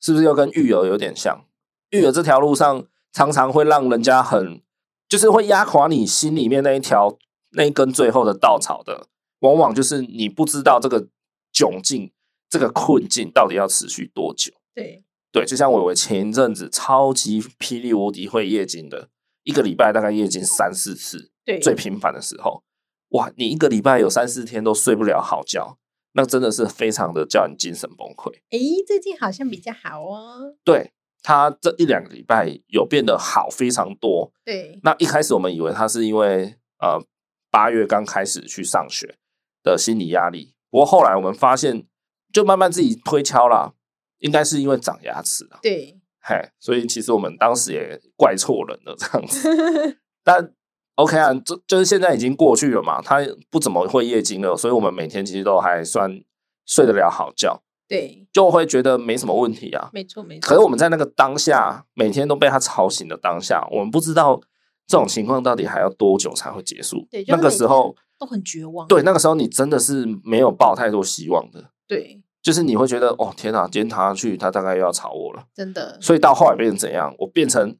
A: 是不是又跟育儿有点像？育儿这条路上常常会让人家很，就是会压垮你心里面那一条那一根最后的稻草的，往往就是你不知道这个窘境、这个困境到底要持续多久。
B: 对，
A: 对，就像伟伟前一阵子超级霹雳无敌会夜惊的，一个礼拜大概夜惊三四次，
B: 对，
A: 最频繁的时候，哇，你一个礼拜有三四天都睡不了好觉，那真的是非常的叫你精神崩溃。
B: 诶，最近好像比较好哦。
A: 对他这一两个礼拜有变得好非常多。
B: 对，
A: 那一开始我们以为他是因为呃八月刚开始去上学的心理压力，不过后来我们发现，就慢慢自己推敲啦，应该是因为长牙齿啊，
B: 对，
A: 嘿，所以其实我们当时也怪错人了这样子。但 OK 啊，就就是现在已经过去了嘛，他不怎么会夜惊了，所以我们每天其实都还算睡得了好觉，
B: 对，
A: 就会觉得没什么问题啊。
B: 没错，没
A: 可是
B: 错。
A: 我们在那个当下，每天都被他吵醒的当下，我们不知道这种情况到底还要多久才会结束。
B: 对，
A: 那
B: 就是
A: 个
B: 每
A: 时
B: 天
A: 候，
B: 都很绝望。
A: 对，那个时候你真的是没有抱太多希望的，
B: 对，
A: 就是你会觉得哦天哪、今天躺下去，他大概又要吵我了。
B: 真的，
A: 所以到后来变成怎样？我变成，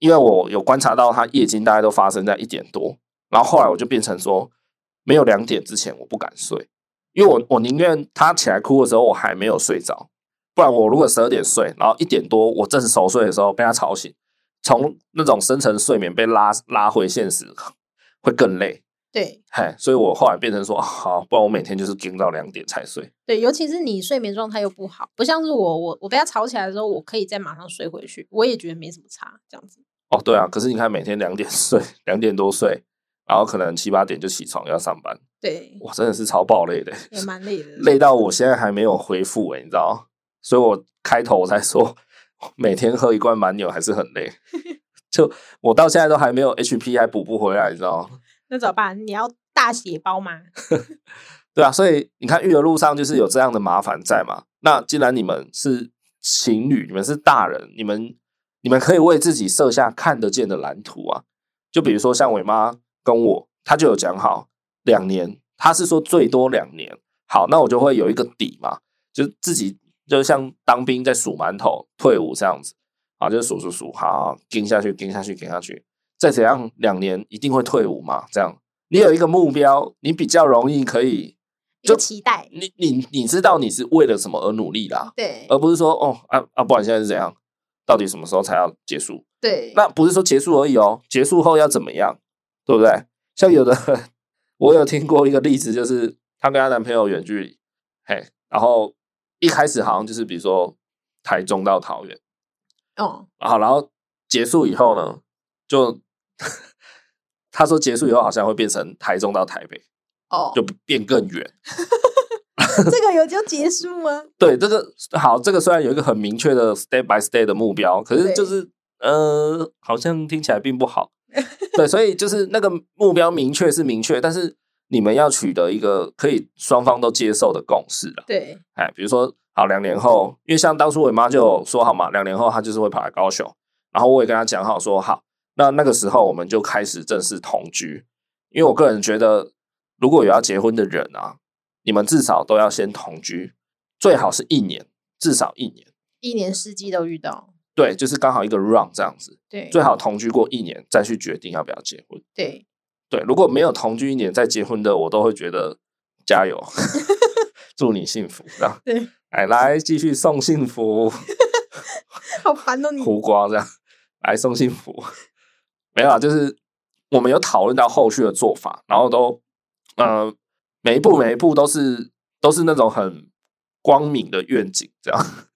A: 因为我有观察到他夜惊大概都发生在一点多，然后后来我就变成说，没有两点之前我不敢睡，因为我我宁愿他起来哭的时候我还没有睡着，不然我如果十二点睡，然后一点多我正熟睡的时候被他吵醒，从那种深层睡眠被拉拉回现实，会更累。
B: 对
A: 嘿，所以我后来变成说，啊好，不然我每天就是盯到两点才睡。
B: 对，尤其是你睡眠状态又不好，不像是我，我我被他吵起来的时候，我可以再马上睡回去，我也觉得没什么差，这样子。
A: 哦，对啊，可是你看每天两点睡，两点多睡，然后可能七八点就起床要上班，
B: 对，
A: 哇，真的是超爆累的，
B: 也蛮累的。
A: 累到我现在还没有恢复哎、你知道？所以我开头我才说，每天喝一罐蛮牛还是很累，就我到现在都还没有 HP 还补不回来，你知道吗？
B: 那怎么办？你要大血包吗？
A: 对啊，所以你看育儿路上就是有这样的麻烦在嘛。那既然你们是情侣，你们是大人，你们你们可以为自己设下看得见的蓝图啊。就比如说像伟妈跟我，她就有讲好两年，她是说最多两年。好，那我就会有一个底嘛，就是自己就像当兵在数馒头，退伍这样子啊，就是数数数，好，盯下去，盯下去，盯下去，再怎样两年一定会退伍嘛，这样。你有一个目标，你比较容易可以
B: 一个
A: 就
B: 期待。
A: 你你你知道你是为了什么而努力啦，
B: 对
A: 而不是说哦啊啊，不管现在是怎样，到底什么时候才要结束？
B: 对，
A: 那不是说结束而已哦，结束后要怎么样，对不对？像有的我有听过一个例子，就是她跟她男朋友远距离，嘿，然后一开始好像就是比如说台中到桃园，
B: 哦，
A: 好，然后结束以后呢，就 她说结束以后好像会变成台中到台北，
B: 哦，
A: 就变更远。
B: 这个有就结束吗？
A: 对这个好，这个虽然有一个很明确的 step by step 的目标，可是
B: 对
A: 就是呃，好像听起来并不好。对，所以就是那个目标明确是明确，但是你们要取得一个可以双方都接受的共识了。
B: 对
A: 哎，比如说好，两年后，因为像当初我妈就有说好嘛，两年后她就是会跑来高雄，然后我也跟她讲好说好，那那个时候我们就开始正式同居，因为我个人觉得，如果有要结婚的人啊，你们至少都要先同居，最好是一年，至少一年，
B: 一年四季都遇到。
A: 对，就是刚好一个 round 这样子，
B: 对
A: 最好同居过一年再去决定要不要结婚。
B: 对，
A: 对，如果没有同居一年再结婚的，我都会觉得加油， 祝你幸福。这样
B: 对，
A: 哎，来继续送幸福。
B: 好烦哦 你。
A: 胡瓜这样来送幸福。 没有啊，就是我们有讨论到后续的做法，然后都呃每一步每一步都是都是那种很光明的愿景，这样。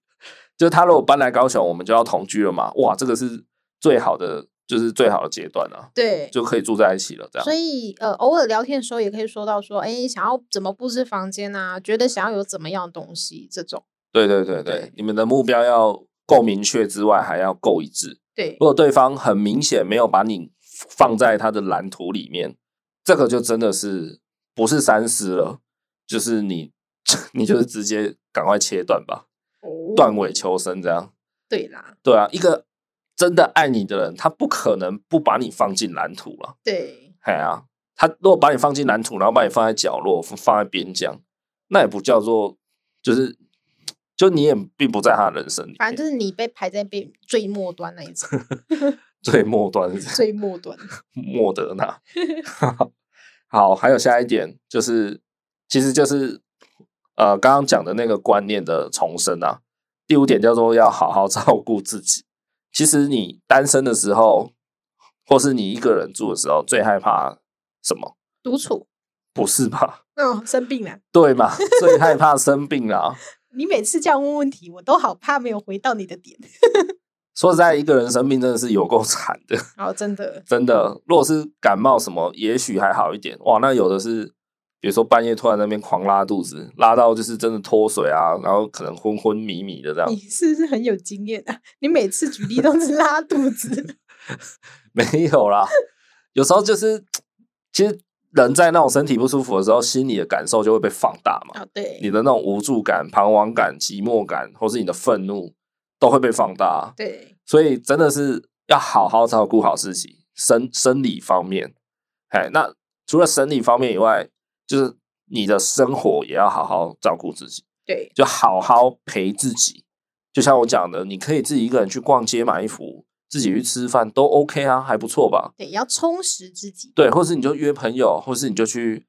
A: 就是他如果搬来高雄，我们就要同居了嘛，哇，这个是最好的，就是最好的阶段啊，
B: 对，
A: 就可以住在一起了，这样
B: 所。以呃，偶尔聊天的时候也可以说到说，哎，想要怎么布置房间啊？觉得想要有怎么样的东西这种。
A: 对对对对
B: 对，
A: 你们的目标要够明确之外，还要够一致。
B: 对
A: 如果对方很明显没有把你放在他的蓝图里面，这个就真的是不是三思了，就是你 你就是直接赶快切断吧，断尾求生这样。
B: 对啦，
A: 对啊，一个真的爱你的人，他不可能不把你放进蓝图了。
B: 对
A: 哎啊，他如果把你放进蓝图，然后把你放在角落，放在边疆，那也不叫做就是。就你也并不在他的人生里
B: 反正
A: 面
B: 就是你被排在被最末端那一层，
A: 最末端是这样
B: 最末端。
A: 莫德纳。 好，还有下一点就是，其实就是呃刚刚讲的那个观念的重生啊。第五点叫做要好好照顾自己。其实你单身的时候，或是你一个人住的时候，最害怕什么？
B: 独处，
A: 不是吧？
B: 哦，生病了。
A: 对嘛？最害怕生病啊啦。
B: 你每次这样问问题，我都好怕没有回到你的点。
A: 说实在，一个人生病真的是有够惨的。
B: 哦，真的，
A: 真的，如果是感冒什么，也许还好一点。哇，那有的是，比如说半夜突然在那边狂拉肚子，拉到就是真的脱水啊，然后可能昏昏迷迷的这样
B: 你。是不是很有经验啊？你每次举例都是拉 肚子。
A: 没有啦，有时候就是，其实人在那种身体不舒服的时候，心里的感受就会被放大嘛。
B: 哦，对，
A: 你的那种无助感、彷徨感、寂寞感，或是你的愤怒，都会被放大啊、
B: 对
A: 所以真的是要好好照顾好自己生生理方面。哎，那除了生理方面以外，就是你的生活也要好好照顾自己，
B: 对
A: 就好好陪自己。就像我讲的，你可以自己一个人去逛街买衣服，自己去吃饭都 OK 啊，还不错吧？
B: 对，要充实自己。
A: 对，或是你就约朋友，或是你就去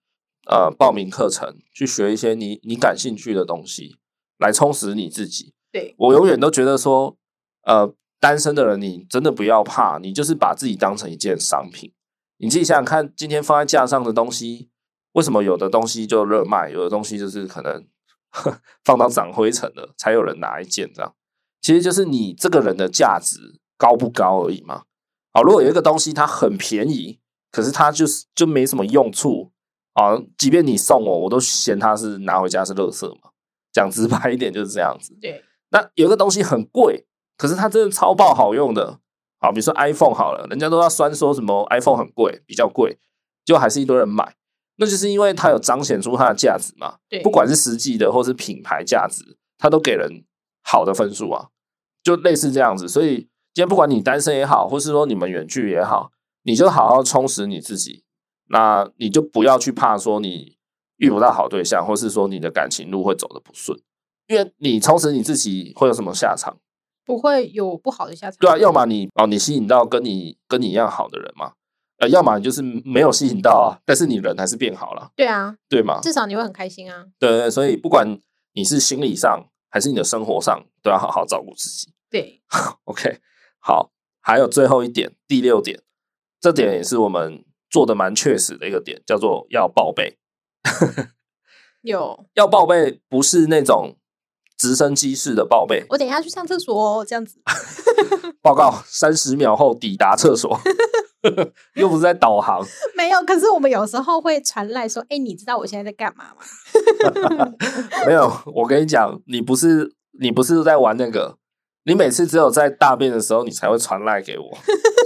A: 呃报名课程，去学一些你你感兴趣的东西，来充实你自己。
B: 对，
A: 我永远都觉得说，呃，单身的人你真的不要怕，你就是把自己当成一件商品。你自己想想看，今天放在架上的东西，为什么有的东西就热卖，有的东西就是可能 放到长灰尘了才有人拿一件这样？其实就是你这个人的价值高不高而已嘛。好，如果有一个东西它很便宜，可是它就是就没什么用处啊，即便你送我，我都嫌它是拿回家是垃圾嘛。讲直白一点就是这样子。
B: 对，
A: 那有一个东西很贵，可是它真的超爆好用的，好，比如说 iPhone 好了，人家都要酸说什么 iPhone 很贵，比较贵，就还是一堆人买，那就是因为它有彰显出它的价值嘛。
B: 对
A: 不管是实际的或是品牌价值，它都给人好的分数啊，就类似这样子。所以今天不管你单身也好，或是说你们远距也好，你就好好充实你自己，那你就不要去怕说你遇不到好对象，或是说你的感情路会走的不顺。因为你充实你自己会有什么下场？
B: 不会有不好的下场。
A: 对啊，要么你哦，你吸引到跟你跟你一样好的人嘛，呃，要么你就是没有吸引到啊，但是你人还是变好了，
B: 对啊，
A: 对吗？
B: 至少你会很开心啊。
A: 对对对，所以不管你是心理上还是你的生活上，都要好好照顾自己。
B: 对，
A: OK，好，还有最后一点，第六点，这点也是我们做的蛮确实的一个点，叫做要报备。
B: 有
A: 要报备不是那种直升机式的报备，
B: 我等一下去上厕所哦，这样子。
A: 报告三十秒后抵达厕所， 又不是在导航。
B: 没有，可是我们有时候会传来说，哎，你知道我现在在干嘛吗？
A: 没有，我跟你讲，你不是你不是在玩那个，你每次只有在大便的时候，你才会传赖给我，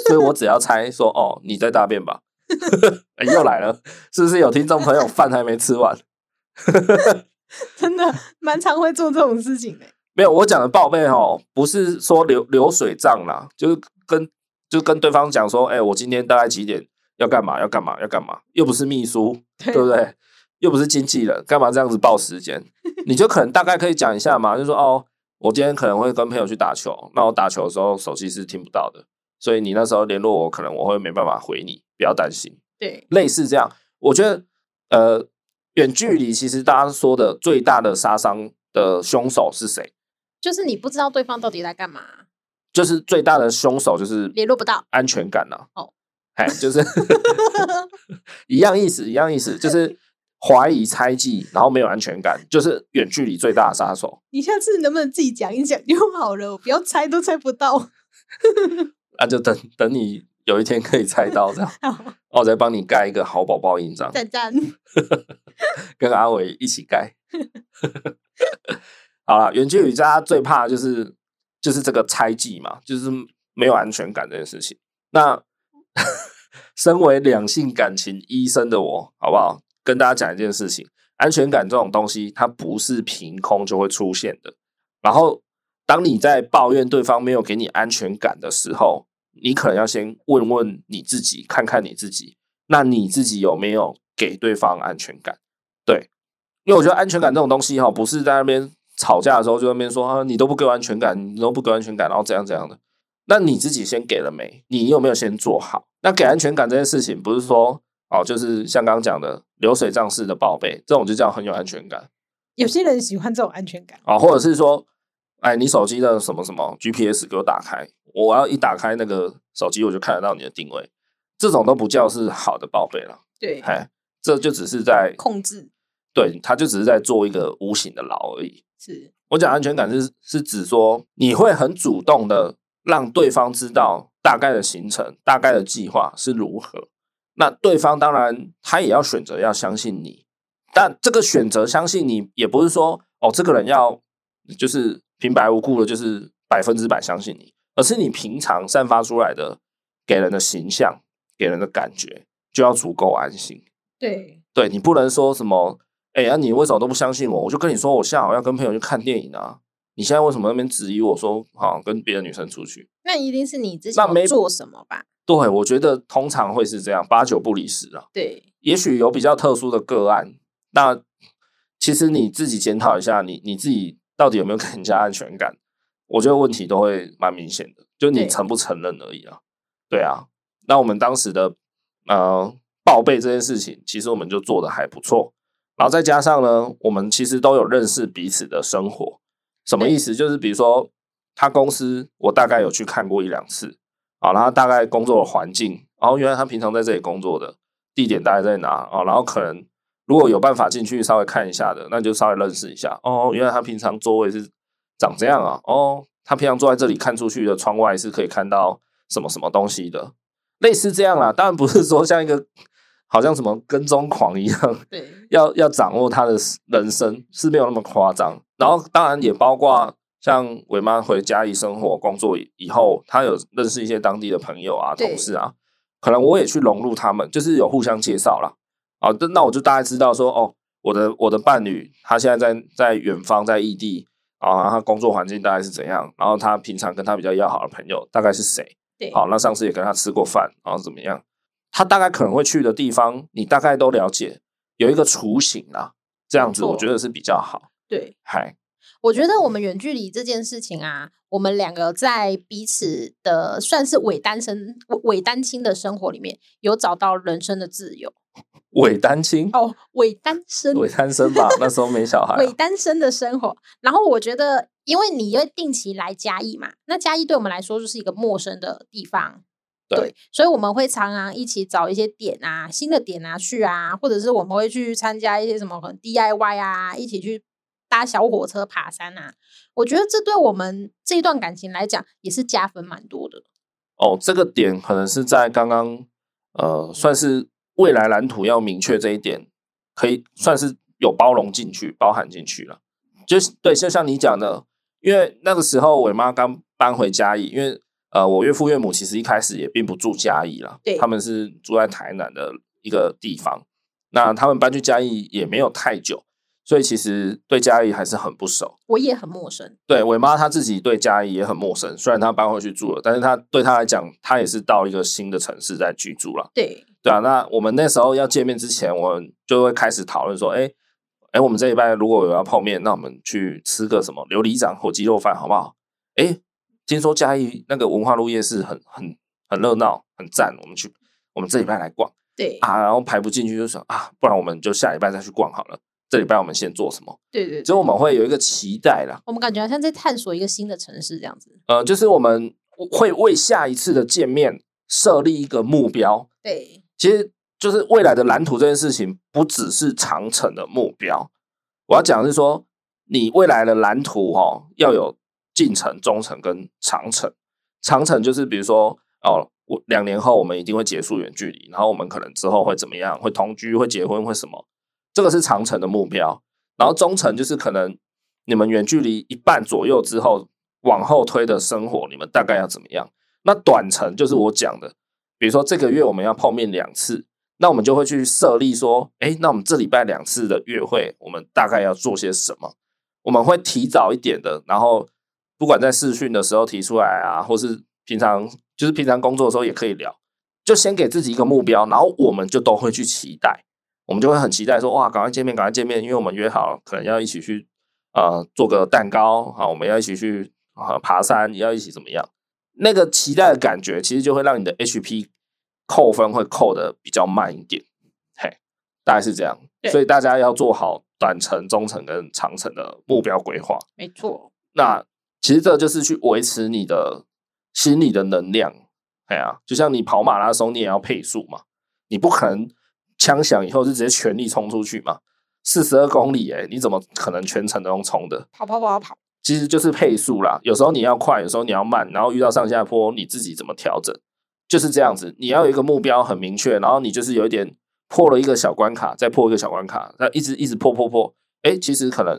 A: 所以我只要猜说，哦，你在大便吧？哎又来了，是不是有听众朋友饭还没吃完？
B: 真的蛮常会做这种事情的。
A: 没有，我讲的报备哦，不是说流流水账啦，就是跟就跟对方讲说，哎、我今天大概几点要干嘛，要干嘛，要干嘛，又不是秘书，
B: 对
A: 对不对？又不是经纪人，干嘛这样子报时间？ 你就可能大概可以讲一下嘛，就说哦，我今天可能会跟朋友去打球，那我打球的时候手机是听不到的，所以你那时候联络我，可能我会没办法回你，不要担心。
B: 对，
A: 类似这样，我觉得呃，远距离其实大家说的最大的杀伤的凶手是谁？
B: 就是你不知道对方到底在干嘛，
A: 就是最大的凶手就是
B: 联络不到。
A: 安全感呐、
B: 哦，
A: 哎，就是一样意思，一样意思，就是怀疑、猜忌，然后没有安全感，就是远距离最大的杀手
B: 你下次能不能自己讲一讲就好了？我不要猜都猜不到。
A: 啊！就等等你有一天可以猜到这样，
B: 好，
A: 哦我再帮你盖一个好宝宝印章，
B: 赞赞，
A: 跟阿伟一起盖。好了，远距离大家最怕的就是就是这个猜忌嘛，就是没有安全感这件事情。那 身为两性感情医生的我，好不好？跟大家讲一件事情：安全感这种东西，它不是凭空就会出现的。然后，当你在抱怨对方没有给你安全感的时候，你可能要先问问你自己，看看你自己，那你自己有没有给对方安全感？因为我觉得安全感这种东西哈，不是在那边吵架的时候就在那边说啊，你都不给我安全感，你都不给我安全感，然后怎样怎样的。那你自己先给了没？你有没有先做好？那给安全感这件事情，不是说哦，就是像刚刚讲的流水账式的报备，这种就叫很有安全感
B: 有些人喜欢这种安全感。
A: 啊、哦，或者是说，哎，你手机的什么什么 GPS 给我打开，我要一打开那个手机，我就看得到你的定位，这种都不叫是好的报备了，
B: 对
A: 哎，这就只是在
B: 控制
A: 对，他就只是在做一个无形的牢而已。
B: 是
A: 我讲安全感是是指说你会很主动的让对方知道大概的行程、大概的计划是如何。那对方当然他也要选择要相信你，但这个选择相信你也不是说哦这个人要就是平白无故的，就是百分之百相信你，而是你平常散发出来的给人的形象、给人的感觉就要足够安心。
B: 对
A: 对你不能说什么，哎、呀、你为什么都不相信我？我就跟你说，我下午要跟朋友去看电影啊。你现在为什么那边质疑我说，好、跟别的女生出去？
B: 那一定是你之
A: 那
B: 前有
A: 没
B: 做什么吧？
A: 对，我觉得通常会是这样，八九不离十啊。
B: 对，
A: 也许有比较特殊的个案，那其实你自己检讨一下，你你自己到底有没有给人家安全感？我觉得问题都会蛮明显的，就你
B: 对
A: 承不承认而已啊。对啊，那我们当时的呃报备这件事情，其实我们就做的还不错。然后再加上呢，我们其实都有认识彼此的生活，什么意思？就是比如说他公司，我大概有去看过一两次，啊，然后大概工作的环境，然后原来他平常在这里工作的地点大概在哪啊，然后可能如果有办法进去稍微看一下的，那就稍微认识一下。哦，原来他平常座位是长这样啊，哦，他平常坐在这里看出去的窗外是可以看到什么什么东西的，类似这样啦。当然不是说像一个好像什么跟踪狂一样，
B: 对，
A: 要要掌握他的人生是没有那么夸张。然后当然也包括像伟妈回家里生活工作以以后，她有认识一些当地的朋友啊、
B: 对
A: 同事啊，可能我也去融入他们，就是有互相介绍啦。啊，那那我就大概知道说，哦，我的我的伴侣他现在在在远方，在异地啊，他工作环境大概是怎样，然后他平常跟他比较要好的朋友大概是谁？
B: 对
A: 好，那上次也跟他吃过饭，然后怎么样？他大概可能会去的地方，你大概都了解，有一个雏形啦。这样子
B: 没错
A: 我觉得是比较好。
B: 对，
A: 嗨，
B: 我觉得我们远距离这件事情啊，我们两个在彼此的算是伪单身、伪伪单亲的生活里面，有找到人生的自由
A: 伪单亲，
B: 哦，伪单身，
A: 伪单身 吧？那时候没小孩啊、
B: 伪单身的生活。然后我觉得，因为你会定期来嘉义嘛，那嘉义对我们来说就是一个陌生的地方。
A: 对
B: 所以我们会常常一起找一些点啊，新的点啊去啊，或者是我们会去参加一些什么可能 DIY 啊，一起去搭小火车爬山啊。我觉得这对我们这一段感情来讲也是加分蛮多的。
A: 哦，这个点可能是在刚刚呃，算是未来蓝图要明确这一点，可以算是有包容进去、包含进去了。就是对，就像你讲的，因为那个时候伟妈刚搬回嘉义，因为呃，我岳父岳母其实一开始也并不住嘉义啦，
B: 对
A: 他们是住在台南的一个地方。那他们搬去嘉义也没有太久，所以其实对嘉义还是很不熟。
B: 我也很陌生，
A: 对伟妈她自己对嘉义也很陌生，虽然她搬回去住了，但是她对她来讲，她也是到一个新的城市在居住了。
B: 对
A: 对啊，那我们那时候要见面之前，我们就会开始讨论说，哎哎，我们这一拜如果有要碰面，那我们去吃个什么琉璃掌火鸡肉饭好不好？哎，听说嘉义那个文化路夜市很很很热闹，很赞，我们去，我们这礼拜来逛。
B: 对
A: 啊，然后排不进去就想啊，不然我们就下礼拜再去逛好了。这礼拜我们先做什么？
B: 对对
A: 就我们会有一个期待啦。
B: 我们感觉好像在探索一个新的城市这样子。
A: 呃，就是我们会为下一次的见面设立一个目标。
B: 对
A: 其实就是未来的蓝图这件事情，不只是长程的目标。我要讲的是说，你未来的蓝图哦，要有近程、中程跟长程。长程就是比如说，哦，我两年后我们一定会结束远距离，然后我们可能之后会怎么样？会同居、会结婚、会什么？这个是长程的目标。然后中程就是可能你们远距离一半左右之后，往后推的生活，你们大概要怎么样？那短程就是我讲的，比如说这个月我们要碰面两次，那我们就会去设立说，哎，那我们这礼拜两次的约会，我们大概要做些什么？我们会提早一点的，然后不管在试训的时候提出来啊，或是平常就是平常工作的时候也可以聊，就先给自己一个目标，然后我们就都会去期待，我们就会很期待说，哇，赶快见面，赶快见面，因为我们约好了可能要一起去呃做个蛋糕啊，我们要一起去啊爬山，要一起怎么样？那个期待的感觉，其实就会让你的 HP 扣分会扣的比较慢一点，嘿，大概是这样。
B: 对
A: 所以大家要做好短程、中程跟长程的目标规划。
B: 没错，
A: 那其实这就是去维持你的心理的能量。哎呀、就像你跑马拉松，你也要配速嘛，你不可能枪响以后就直接全力冲出去嘛。四十二公里、欸，你怎么可能全程都用冲的？
B: 跑跑跑跑跑，
A: 其实就是配速啦。有时候你要快，有时候你要慢，然后遇到上下坡，你自己怎么调整，就是这样子。你要有一个目标很明确，然后你就是有一点破了一个小关卡，再破一个小关卡，那一直一直破破破，哎，其实可能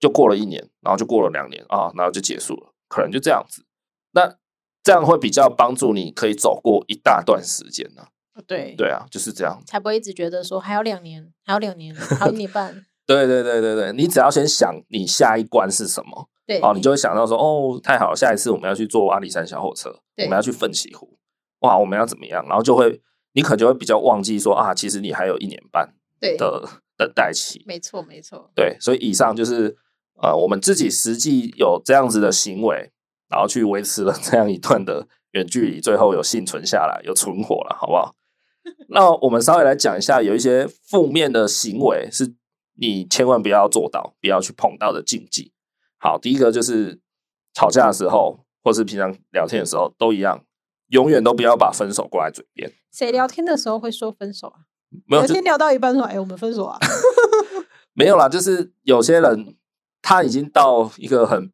A: 就过了一年，然后就过了两年啊，然后就结束了，可能就这样子。那这样会比较帮助你可以走过一大段时间呢、
B: 对
A: 对啊，就是这样。
B: 才不会一直觉得说还有两年，还有两年，还有一 年半。
A: 对对对对对，你只要先想你下一关是什么，
B: 对，
A: 哦，你就会想到说，哦，太好了，下一次我们要去坐阿里山小火车，我
B: 对
A: 们要去奋起湖，哇，我们要怎么样？然后就会，你可能就会比较忘记说啊，其实你还有一年半
B: 对，
A: 的等待期。
B: 没错没错，
A: 对，所以以上就是呃，我们自己实际有这样子的行为，然后去维持了这样一段的远距离，最后有幸存下来，有存活了，好不好？ 那我们稍微来讲一下，有一些负面的行为是你千万不要做到、不要去碰到的禁忌。好，第一个就是吵架的时候，或是平常聊天的时候都一样，永远都不要把分手挂在嘴边。
B: 谁聊天的时候会说分手啊？
A: 没有
B: 聊
A: 就
B: 天聊到一半说：“哎、我们 分手啊
A: 没有啦，就是有些人他已经到一个很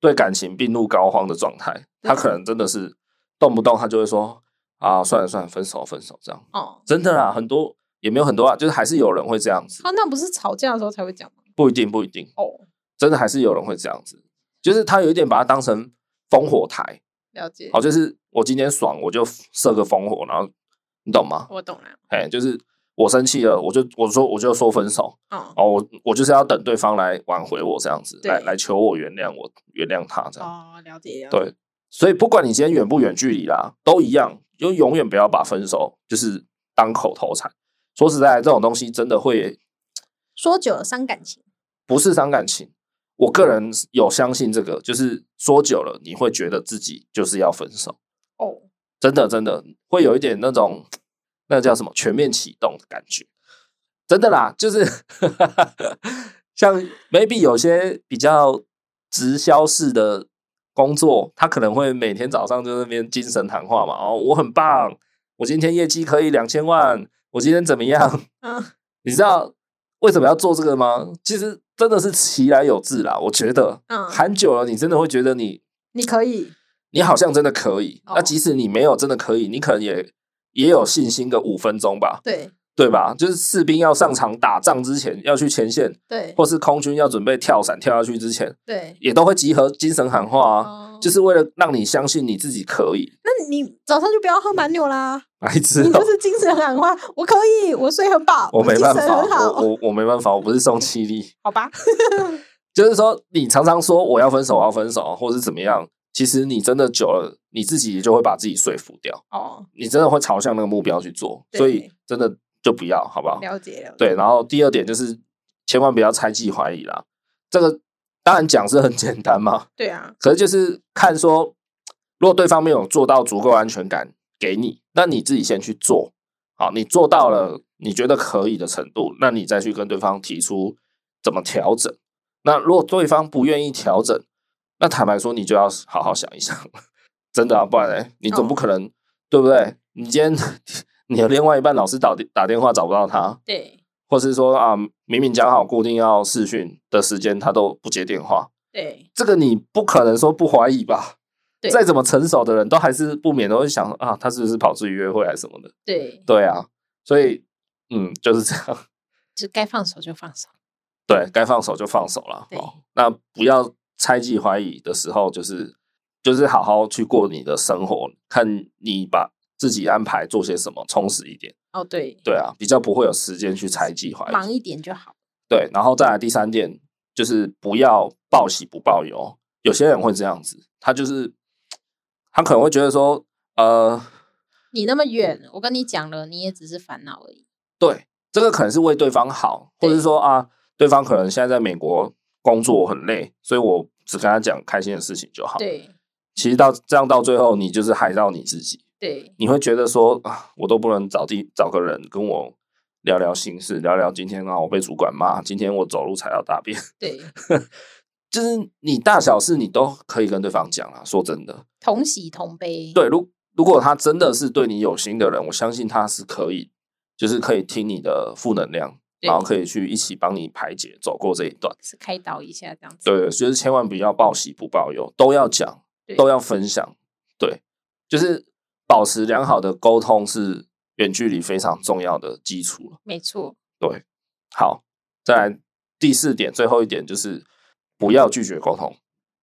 A: 对感情病入膏肓的状态，他可能真的是动不动他就会说啊，算了算了，分手分手这样。！”
B: 哦，
A: 真的啦，很多也没有很多啊，就是还是有人会这样子，
B: 他那不是吵架的时候才会讲吗？
A: 不一定不一定，
B: 哦，
A: 真的还是有人会这样子，就是他有一点把它当成烽火台，
B: 了解，
A: 好，就是我今天爽我就设个烽火，然后你懂吗？
B: 我懂了。
A: 哎，就是我生气了，我就我说我就说分手
B: 哦
A: 哦，我我就是要等对方来挽回我这样子，
B: 对
A: 来来求我原谅我原谅他这样，
B: 哦，了解了解。
A: 对，所以不管你今天远不远距离啦，都一样，就永远不要把分手就是当口头禅。说实在，这种东西真的会
B: 说久了伤感情，
A: 不是伤感情。我个人有相信这个，就是说久了你会觉得自己就是要分手，
B: 哦，
A: 真的真的会有一
B: 嗯
A: 点那种那个叫什么全面启动的感觉，真的啦，就是 像 maybe 有些比较直销式的工作，他可能会每天早上就在那边精神谈话嘛，哦，我很
B: 嗯
A: 棒，我今天业绩可以两千万，我今天怎么样？
B: 嗯，
A: 你知道为什么要做这个吗？其实真的是其来有自啦，我觉得，
B: 嗯
A: 喊久了，你真的会觉得你
B: 你可以，
A: 你好像真的可以。
B: 哦
A: 那即使你没有真的可以，你可能也也有信心个五分钟吧，
B: 对
A: 对吧？就是士兵要上场打仗之前，要去前线，
B: 对
A: 或是空军要准备跳伞跳下去之前，
B: 对，
A: 也都会集合精神喊话啊，
B: 哦
A: 就是为了让你相信你自己可以。
B: 那你早上就不要喝蛮牛 啦，
A: 白痴
B: 你
A: 哦、
B: 就是精神喊话，我可以，我睡很饱，
A: 我没办
B: 精神很
A: 法，我
B: 好，
A: 我我没办法，我不是宋七力。
B: 好 吧，
A: 就是说，你常常说我要分手，我要分手，或是怎么样，其实你真的久了，你自己就会把自己说服掉，
B: 哦，
A: 你真的会朝向那个目标去做，
B: 对
A: 所以真的就不要，好不好？
B: 了解了解，
A: 对，然后第二点就是千万不要猜忌怀疑啦，这个当然讲是很简单嘛，
B: 对啊，
A: 可是就是看说，如果对方没有做到足够安全感给你，那你自己先去做，好，你做到了你觉得可以的程度，那你再去跟对方提出怎么调整。那如果对方不愿意调整，那坦白说，你就要好好想一想， 真的啊，不然、欸、你总不可能、对不对？你今天 你的另外一半老是打电打电话找不到他，
B: 对
A: 或是说啊，明明讲好固定要视讯的时间，他都不接电话，
B: 对
A: 这个你不可能说不怀疑吧？
B: 对
A: 再怎么成熟的人都还是不免都会想啊，他是不是跑出去约会还是什么的？
B: 对，
A: 对啊，所以嗯，就是这样，
B: 就该放手就放手，
A: 对该放手就放手了。
B: 对
A: 哦，那不要猜忌怀疑的时候，就是就是好好去过你的生活，看你把自己安排做些什么，充实一点。
B: 哦，对，
A: 对啊，比较不会有时间去猜忌怀疑。
B: 忙一点就好，
A: 对，然后再来第三点就是不要报喜不报忧。有些人会这样子，他就是他可能会觉得说，呃，
B: 你那么远，我跟你讲了，你也只是烦恼而已，
A: 对，这个可能是为对方好，或者是
B: 对
A: 说啊，对方可能现在在美国工作很累，所以我只跟他讲开心的事情就好。，
B: 对
A: 其实到这样到最后，你就是害到你自己，
B: 对
A: 你会觉得说啊，我都不能找地找个人跟我。聊聊心事，聊聊今天啊，我被主管骂，今天我走路踩到大便，
B: 对，
A: 就是你大小事你都可以跟对方讲啊。说真的，
B: 同喜同悲，
A: 对，如如果他真的是对你有心的人，我相信他是可以，就是可以听你的负能量，
B: 对
A: 然后可以去一起帮你排解走过这一段。
B: 是开导一下这样子，
A: 对，就是千万不要报喜不报忧，都要讲，
B: 对
A: 都要分享。对，就是保持良好的沟通是远距离非常重要的基础了。
B: 没错，
A: 好，再来第四点，最后一点就是不要拒绝沟通。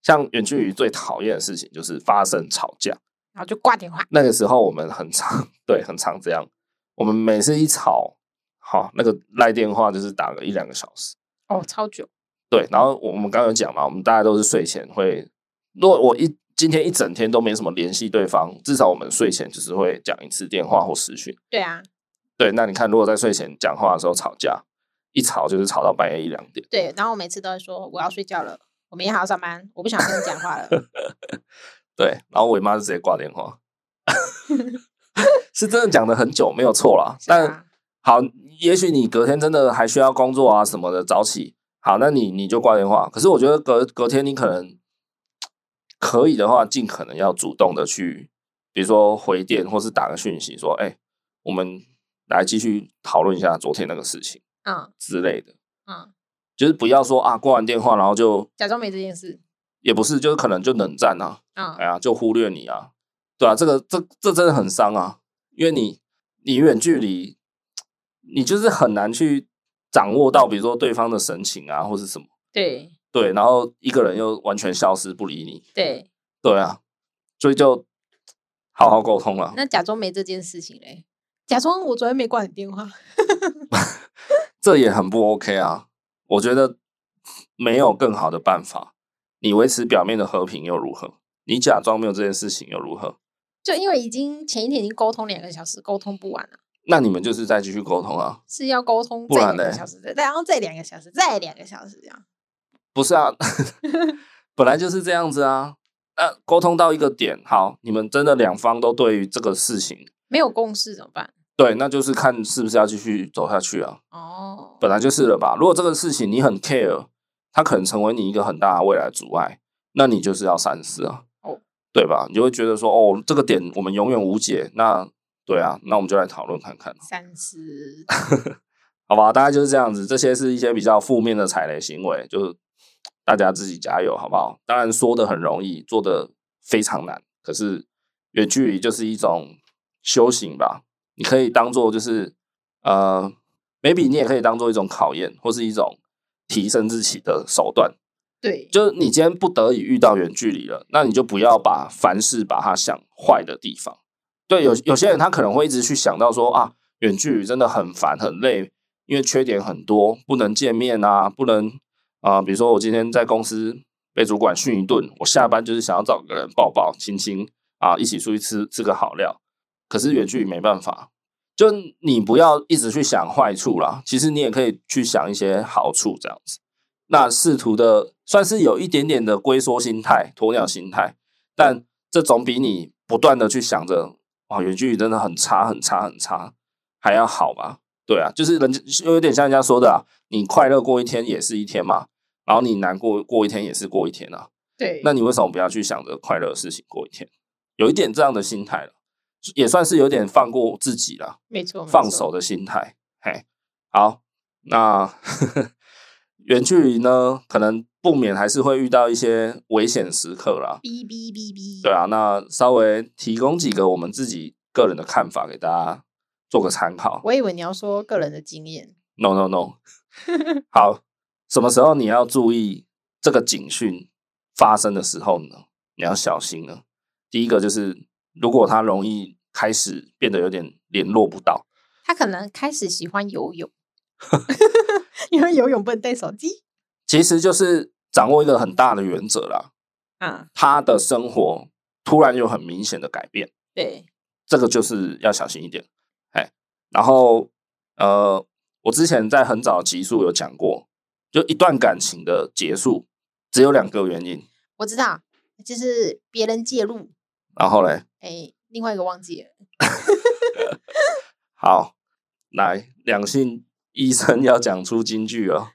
A: 像远距离最讨厌的事情就是发生吵架，
B: 然后就挂电话，
A: 那个时候我们很常 对很常这样，我们每次一吵，好那个赖电话就是打个一两个小时，
B: 哦，超久，
A: 对，然后我们刚刚有讲嘛，我们大家都是睡前会，如果我一今天一整天都没什么联系对方，至少我们睡前就是会讲一次电话或视讯。
B: 对啊，
A: 对，那你看，如果在睡前讲话的时候吵架，一吵就是吵到半夜一两点。
B: 对，然后我每次都会说我要睡觉了，我明天还要上班，我不想跟你 讲话了。
A: 对，然后我妈就直接挂电话，是真的讲的很久，没有错啦。
B: 是
A: 但
B: 啊，
A: 好，也许你隔天真的还需要工作啊什么的，早起。好，那你你就挂电话。可是我觉得隔隔天你可能可以的话，尽可能要主动的去，比如说回电或是打个讯息说，哎、我们来继续讨论一下昨天那个事情
B: 嗯
A: 之类的。
B: 嗯，
A: 就是不要说啊，挂完电话然后就
B: 假装没这件 事，
A: 也不是，就是可能就冷战啊，
B: 嗯
A: 哎呀，就忽略你啊，对啊，这个这这真的很伤啊，因为你你远距离，你就是很难去掌握到，比如说对方的神情啊，或是什么，
B: 对
A: 对，然后一个人又完全消失不理你，
B: 对，
A: 对啊，所以就好好沟通了，
B: 那假装没这件事情嘞，假装我昨天没挂你电话，
A: 这也很不 OK 啊，我觉得没有更好的办法，你维持表面的和平又如何？你假装没有这件事情又如何？
B: 就因为已经前一天已经沟通两个小时，沟通不完了，
A: 那你们就是再继续沟通啊，
B: 是要沟通
A: 不
B: 再
A: 然
B: 两个
A: 嘞
B: 小时，再然后再两个小时，再两个小时这样，
A: 不是啊， 本来就是这样子啊。那沟通到一个点，好，你们真的两方都对于这个事情，
B: 没有共识怎么办？
A: 对，那就是看是不是要继续走下去啊。
B: 哦，
A: 本来就是了吧。如果这个事情你很 care，它可能成为你一个很大的未来的阻碍，那你就是要三思啊。
B: 哦，
A: 对吧？你就会觉得说，哦，这个点我们永远无解。那对啊，那我们就来讨论看啊看，
B: 三思，
A: 好吧？大概就是这样子。这些是一些比较负面的踩雷行为，就是大家自己加油，好不好？当然说的很容易，做的非常难。可是远距离就是一种修行吧，你可以当做就是呃，maybe 你也可以当做一种考验，或是一种提升自己的手段。
B: 对，
A: 就是你今天不得已遇到远距离了，那你就不要把凡事把它想坏的地方。对，有有些人他可能会一直去想到说啊，远距离真的很烦很累，因为缺点很多，不能见面啊，不能啊、比如说我今天在公司被主管训一顿，我下班就是想要找个人抱抱、亲亲啊，一起出去吃吃个好料。可是远距离没办法，就你不要一直去想坏处啦，其实你也可以去想一些好处这样子。那试图的算是有一点点的龟缩心态、鸵鸟心态，但这总比你不断的去想着哇，远距离真的很差、很差、很差，还要好吧？对啊，就是人家有点像人家说的、啊，你快乐过一天也是一天嘛，然后你难过过一天也是过一天啊，
B: 对，
A: 那你为什么不要去想着快乐的事情过一天？有一点这样的心态了，也算是有点放过自己了。
B: 没错，没
A: 放
B: 错
A: 手的心态。嘿，好，那 远距离呢，可能不免还是会遇到一些危险时刻啦。
B: 哔哔哔哔，
A: 对啊，那稍微提供几个我们自己个人的看法给大家做个参考。
B: 我以为你要说个人的经验，
A: No No No，好，什么时候你要注意这个警讯发生的时候呢？你要小心呢。第一个就是，如果它容易开始变得有点联络不到，
B: 他可能开始喜欢 游泳，因为游泳不能带手机
A: 其实就是掌握一个很大的原则啦。嗯
B: 啊。
A: 他的生活突然有很明显的改变，
B: 对，
A: 这个就是要小心一点。哎，然后呃，我之前在很早的集数有讲过，就一段感情的结束只有两个原因，
B: 我知道，就是别人介入，
A: 然后嘞，
B: 哎，另外一个忘记了，
A: 好，来两性医生 要讲出金句哦。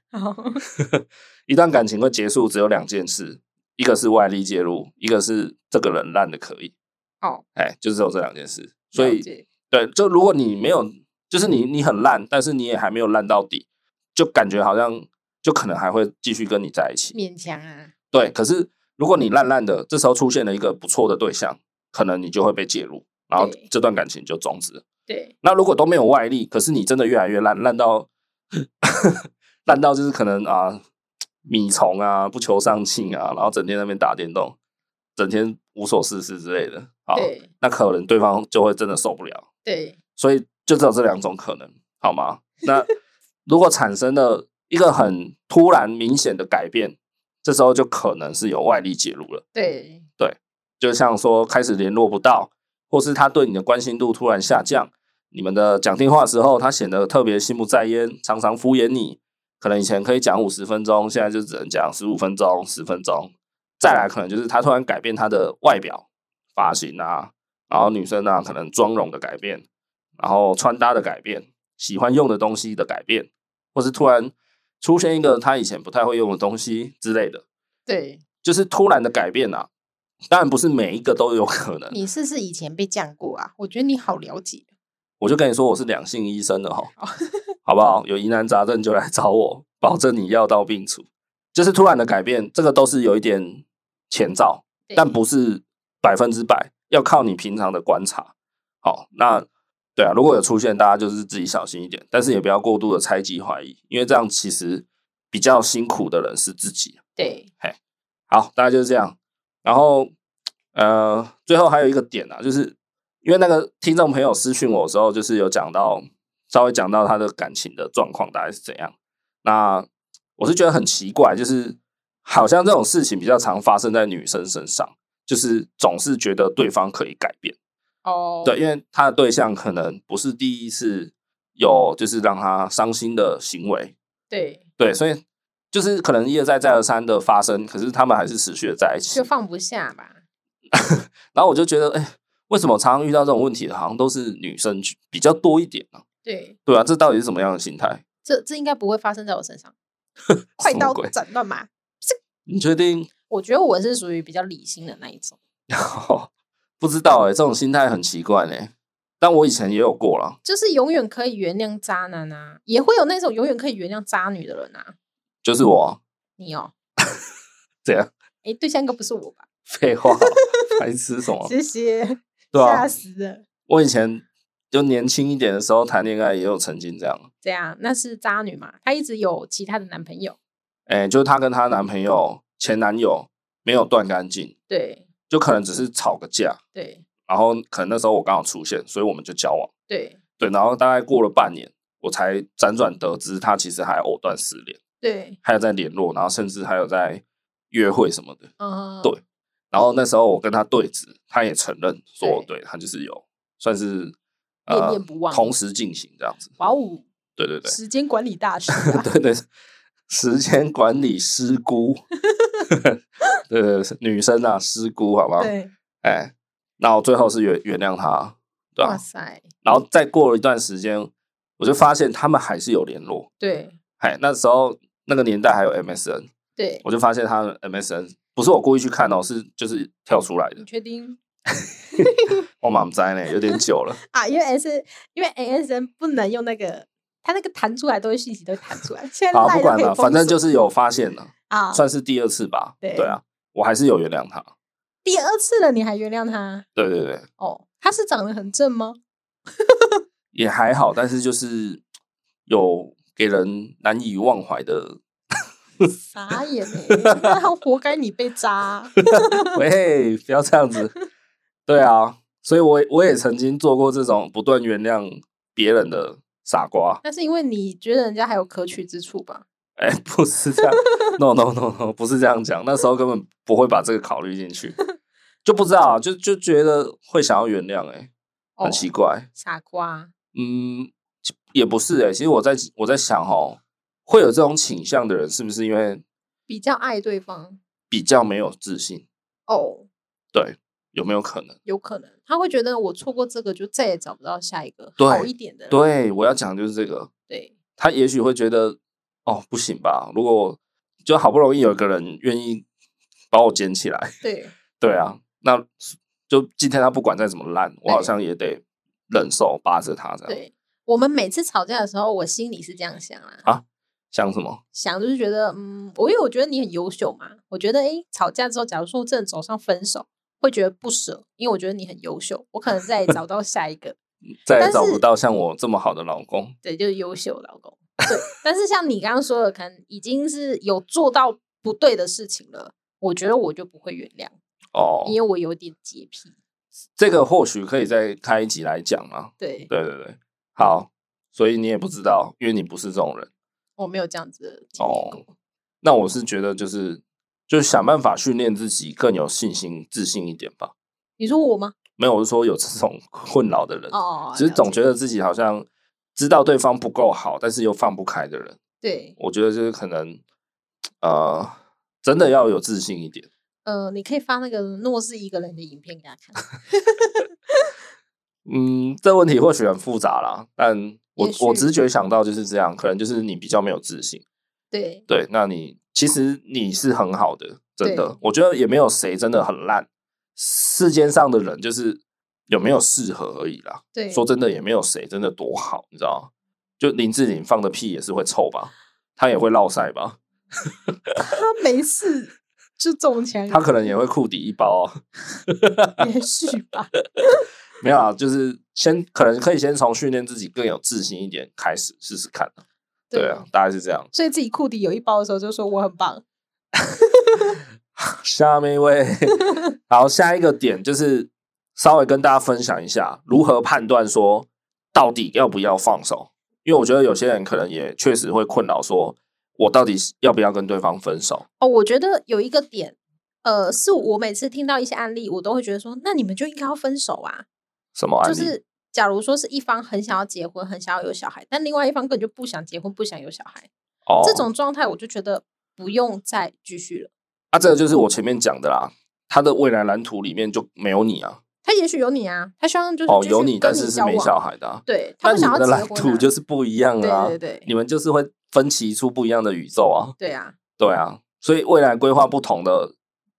A: 一段感情会结束只有两件事，一个是外力介入，一个是这个人烂的可以。
B: 哦，
A: 哎，就只有这两件事， 所
B: 了
A: 以
B: 解
A: 对，就如果你没有，就是你你很烂，但是你也还没有烂到底，就感觉好像就可能还会继续跟你在一起。
B: 勉强啊，
A: 对，可是如果你烂烂的，这时候出现了一个不错的对象，可能你就会被介入，然后
B: 对
A: 这段感情就终止了。
B: 对，
A: 那如果都没有外力，可是你真的越来越烂，烂到 烂到就是可能啊、米虫啊，不求上进啊，然后整天在那边打电动，整天无所事事之类的，好，
B: 对，
A: 那可能对方就会真的受不了。
B: 对，
A: 所以就只有这两种可能，好吗？那如果产生了一个很突然明显的改变，这时候就可能是有外力介入了，
B: 对，
A: 就像说开始联络不到，或是他对你的关心度突然下降，你们的讲电话的时候他显得特别心不在焉，常常敷衍你。可能以前可以讲五十分钟，现在就只能讲十五分钟、十分钟。再来，可能就是他突然改变他的外表、发型啊，然后女生啊，可能妆容的改变，然后穿搭的改变，喜欢用的东西的改变，或是突然出现一个她以前不太会用的东西之类的，
B: 对，
A: 就是突然的改变啊。当然不是每一个都有可能，
B: 你是不是以前被降过啊？我觉得你好了解，哦
A: 我就跟你说我是两性医生了哈，好不好？有疑难杂症就来找我，保证你药到病除。就是突然的改变，这个都是有一点前兆，
B: 对
A: 但不是百分之百，要靠你平常的观察。好，那对啊，如果有出现，大家就是自己小心一点，但是也不要过度的猜忌怀疑，因为这样其实比较辛苦的人是自己。
B: 对，
A: 好，大概就是这样。然后，呃，最后还有一个点啊，就是因为那个听众朋友私讯我的时候，就是有讲到稍微讲到他的感情的状况大概是怎样。那我是觉得很奇怪，就是好像这种事情比较常发生在女生身上，就是总是觉得对方可以改变。
B: 哦，
A: 对，因为他的对象可能不是第一次有就是让他伤心的行为，
B: 对，
A: 对，所以就是可能一而再再而三的发生，可是他们还是持续的在一起
B: 就。放不下吧，
A: 然后我就觉得，哎、为什么常常遇到这种问题的，好像都是女生去比较多一点呢、
B: 对，
A: 对啊，这到底是什么样的心态？
B: 这这应该不会发生在我 身上，快
A: 什么
B: 刀
A: 鬼
B: 斩乱麻。
A: 你确定？
B: 我觉得我是属于比较理性的那一种，
A: 不知道哎、这种心态很奇怪呢、但我以前也有过啦，
B: 就是永远可以原谅渣男啊，也会有那种永远可以原谅渣女的人啊。
A: 就是我
B: 你哦，
A: 怎样
B: 哎，对象应该不是我吧？
A: 废话，白痴什么？
B: 谢谢，
A: 哦对啊
B: 吓，死了。
A: 我以前就年轻一点的时候谈恋爱也有曾经这样，
B: 这样，那是渣女嘛？她一直有其他的男朋友，
A: 哎、就是她跟她男朋友前男友没有断干净，
B: 对
A: 就可能只是吵个架，
B: 对
A: 然后可能那时候我刚好出现，所以我们就交往。
B: 对
A: 对，然后大概过了半年，我才辗转得知他其实还藕断丝连，
B: 对，
A: 还有在联络，然后甚至还有在约会什么的。
B: 嗯，
A: 对然后那时候我跟他对质，他也承认说，
B: 对
A: 对他就是有算是
B: 念
A: 呃
B: 念不忘
A: 同时进行这样子。
B: 哇哦，
A: 对嗯对对，，
B: 时间管理大师、啊
A: 对对，时间管理师 姑，对对对，女生啊，师姑，好不好？
B: 对，
A: 哎，那我最后是原原谅他，对啊吧、
B: 哇塞，
A: 然后再过了一段时间，我就发现他们还是有联络。
B: 对
A: 嗨，那时候那个年代还有 MSN，
B: 对，
A: 我就发现他的 MSN 不是我故意去看哦，是就是跳出来的
B: 你。确定
A: 我满栽呢，有点久 了。
B: 啊？因为 S 因为 ASN 不能用那个，它那个弹出来都会信息都会弹出来，现在
A: 好，
B: 赖
A: 不
B: 都
A: 管
B: 可以
A: 了，
B: 封
A: 反正
B: 锁
A: 就是有发现了，
B: 啊，
A: 算是第二次吧。
B: 对
A: 对啊，我还是有原谅他。
B: 第二次了你还原谅他
A: 对对对，
B: 哦？他是长得很 正吗？
A: 也还好，但是就是有给人难以忘怀 的。
B: 傻眼哎、欸，那他活该你被渣啊、
A: 喂，不要这样子。对啊，所以我也我也曾经做过这种不断原谅别人的傻瓜。
B: 那是因为你觉得人家还有可取之处吧？
A: 哎、不是这样，no no no no，不是这样讲。那时候根本不会把这个考虑进去，就不知道啊，就就觉得会想要原谅，哎，
B: 哦
A: 很，奇怪。
B: 傻瓜，
A: 嗯，其也不是哎、其实我在我在想哦，会有这种倾向的人，是不是因为
B: 比较爱对方
A: 比较没有自信？
B: 哦，
A: 对，有没有可能？
B: 有可能他会觉得我错过这个，就再也找不到下一个
A: 对
B: 好一点的人。
A: 对，我要讲的就是这个。
B: 对
A: 他也许会觉得，哦，不行吧？如果就好不容易有一个人愿意把我捡起来，
B: 对
A: 对啊，那就今天他不管再怎么烂，我好
B: 嗯对
A: 像也得忍受扒着他这样。
B: 对，我们每次吵架的时候，我心里是这样想啦，
A: 啊像什么？
B: 想就是觉得，嗯，我因为我觉得你很优秀嘛，我觉得诶，吵架之后，假如说真的走上分手，会觉得不舍，因为我觉得你很优秀，我可能再也找到下一个，
A: 再也
B: 但
A: 找
B: 是
A: 不到像我这么好的老公。
B: 对，就是优秀老公。对，但是像你刚刚说的，可能已经是有做到不对的事情了，我觉得我就不会原谅，
A: 哦，
B: 因为我有点洁癖。
A: 这个或许可以再开一集来讲啊。
B: 对，
A: 对对对，好，所以你也不知道，因为你不是这种人。
B: 我没有这样子的经历过。
A: 哦，那我是觉得就是就是想办法训练自己更有信心、自信一点吧。
B: 你说我吗？
A: 没有，我是说有这种困扰的人，
B: 哦，
A: 只是
B: 了
A: 总
B: 解
A: 觉得自己好像知道对方不够好，但是又放不开的人。
B: 对，
A: 我觉得就是可能，呃，真的要有自信一点。
B: 呃，你可以发那个诺是一个人的影片给他看，
A: 嗯，这问题或许很复杂啦，但我
C: 也许
A: 我直觉想到就是这样，可能就是你比较没有自信。
C: 对，
A: 对，那你其实你是很好的，真的
C: 对，
A: 我觉得也没有谁真的很烂。世间上的人就是有没有适合而已啦。
C: 对
A: 说真的，也没有谁真的多好，你知道吗？就林志玲放的屁也是会臭吧，她也会落腮吧，
C: 他没事就中枪，
A: 她可能也会裤底一包、啊。
C: 也许 吧。
A: 没有啊，就是先可能可以先从训练自己更有自信一点开始试试看啊。对啊，，大概是这样。
C: 所以自己裤底有一包的时候，就说我很棒。
A: 下面 一位，好，下一个点就是稍微跟大家分享一下如何判断说到底要不要放手，因为我觉得有些人可能也确实会困扰，说我到底是要不要跟对方分手？
C: 哦，我觉得有一个点，呃，是我每次听到一些案例，我都会觉得说，那你们就应该要分手啊。
A: 什么案
C: 就
A: 例？
C: 是假如说是一方很想要结婚，很想要有小孩，但另外一方根本就不想结婚，不想有小孩，
A: 哦，
C: 这种状态我就觉得不用再继续了。
A: 啊，这个就是我前面讲的啦，他的未来蓝图里面就没有你啊，
C: 他也许有你啊，他希望就是
A: 哦，
C: 继续
A: 有你，
C: 跟
A: 但是是
C: 交
A: 没
C: 往
A: 小，孩的、啊，
C: 对他
A: 但
C: 不
A: 你
C: 想
A: 们
C: 要
A: 的
C: 结
A: 蓝
C: 婚、
A: 图
C: 啊，
A: 就是不一样啊，
C: 对对对
A: 你们就是会分歧出不一样的宇宙啊，
B: 嗯
C: 对啊，
A: 对啊，所以未来规划不同的，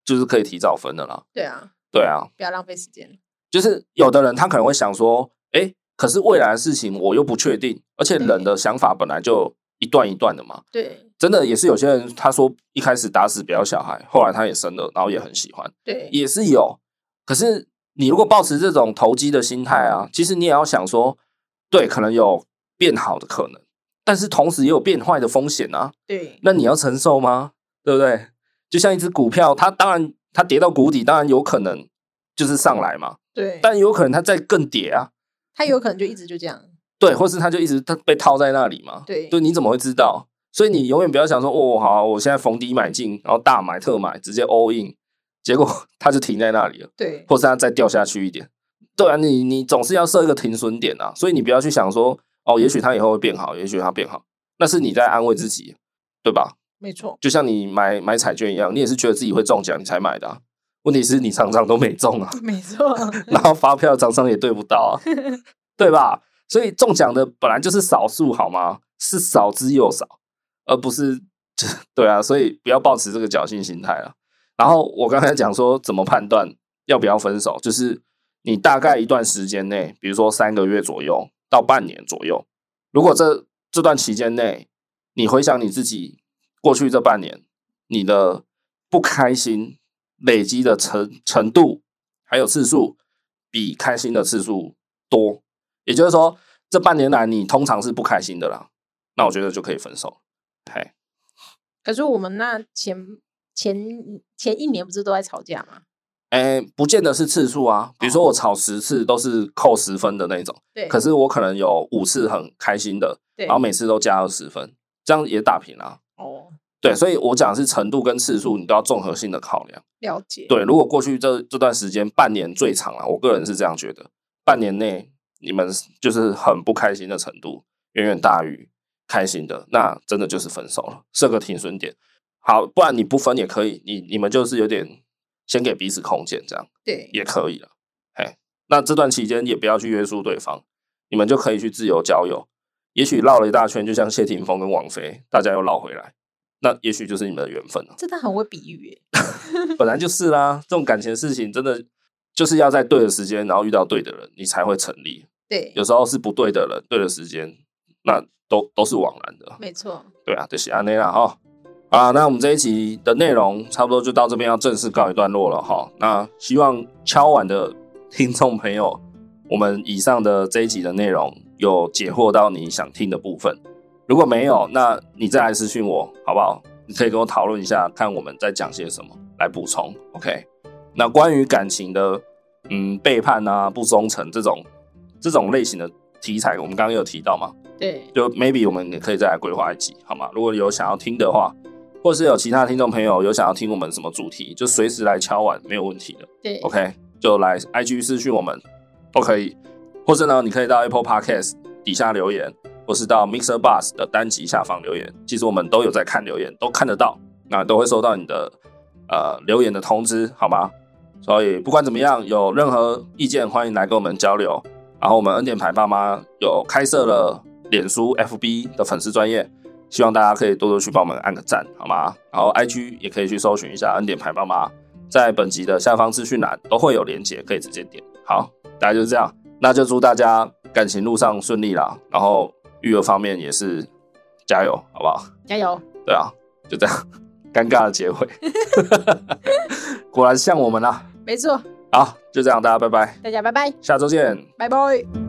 A: 就是可以提早分的啦。
C: 对啊，
A: 对啊，
C: 不要浪费时间。
A: 就是有的人他可能会想说，哎，可是未来的事情我又不确定，而且人的想法本来就一段一段的嘛。
C: 对
A: 真的也是有些人他说一开始打死不要小孩，后来他也生了，然后也很喜欢，
C: 对
A: 也是有。可是你如果抱持这种投机的心态啊，其实你也要想说，对，可能有变好的可能，但是同时也有变坏的风险啊。
C: 对
A: 那你要承受吗？对不对？就像一只股票，它当然它跌到谷底，当然有可能就是上来嘛，
C: 对，
A: 但有可能它再更跌啊，
C: 他有可能就一直就这样。
A: 对，或是它就一直它被套在那里嘛，
C: 对
A: 对，你怎么会知道？所以你永远不要想说，哦，好啊、我现在逢低买进，然后大买特买，直接 all in，结果它就停在那里了，
C: 对
A: 或是它再掉下去一点。对啊，你你总是要设一个停损点啊，所以你不要去想说，哦，也许它以后会变好，也许它变好，那是你在安慰自己，对吧？
C: 没错，
A: 就像你买买彩券一样，你也是觉得自己会中奖你才买的、啊，问题是你常常都没中啊，
C: 没错，
A: 然后发票常常也对不到啊，对吧？所以中奖的本来就是少数，好吗？是少之又少，而不是 对啊，所以不要抱持这个侥幸心态了。然后我刚才讲说怎么判断要不要分手，就是你大概一段时间内，比如说三个月左右到半年左右，如果这这段期间内，你回想你自己过去这半年，你的不开心累积的程程度，还有次数，比开心的次数多，也就是说，这半年来你通常是不开心的啦，那我觉得就可以分手。嘿，
C: 可是我们那前前前一年不是都在吵架吗？
A: 哎，不见得是次数啊，比如说我吵十次都是扣十分的那种，
C: 对，
A: 可是我可能有五次很开心的，
C: 对
A: 然后每次都加二十分，这样也打平啦、
C: 哦，
A: 对，所以我讲的是程度跟次数，你都要综合性的考量。
C: 了解，
A: 对，如果过去这这段时间半年最长啊了，我个人是这样觉得，半年内你们就是很不开心的程度远远大于开心的，那真的就是分手了，设个停损点。好，不然你不分也可以，你你们就是有点先给彼此空间，这样
C: 对
A: 也可以了。嘿，那这段期间也不要去约束对方，你们就可以去自由交友。也许绕了一大圈，就像谢霆锋跟王菲，大家又绕回来，那也许就是你们的缘分了。
C: 真的很会比喻耶，
A: 本来就是啦，这种感情的事情真的就是要在对的时间，然后遇到对的人，你才会成立。
C: 对
A: 有，时候是不对的人，对的时间，那都都是枉然的。
C: 没错，
A: 对啊，就是安内啦哈。啊，那我们这一集的内容差不多就到这边要正式告一段落了哈。那希望敲碗的听众朋友，我们以上的这一集的内容有解惑到你想听的部分。如果没有，那你再来私讯我好不好？你可以跟我讨论一下，看我们在讲些什么来补充。OK，那关于感情的，嗯，背叛啊、不忠诚这种这种类型的题材，我们刚刚有提到嘛？
C: 对，
A: 就 maybe 我们也可以再来规划一集，好吗？如果有想要听的话，或是有其他听众朋友有想要听我们什么主题，就随时来敲碗，没有问题的。
C: 对
A: OK，就来 IG 私讯我们都可以，或是呢，你可以到 Apple Podcast 底下留言，或是到 Mixer Bus 的单集下方留言。其实我们都有在看留言，都看得到，那都会收到你的呃留言的通知，好吗？所以不管怎么样，有任何意见欢迎来跟我们交流。然后我们恩典牌爸妈有开设了脸书 FB 的粉丝专业，希望大家可以多多去帮我们按个赞，好吗？然后 IG 也可以去搜寻一下恩典牌爸妈，在本集的下方资讯栏都会有连结，可以直接点。好，大家就是这样，那就祝大家感情路上顺利啦，然后育儿方面也是加油，好不好？
B: 加油！
A: 对啊，就这样，尴尬的结尾， 果然像我们啊。啊
C: 没错，
A: 好，就这样，大家拜拜，
C: 大家拜拜，
A: 下周见。
C: 拜拜。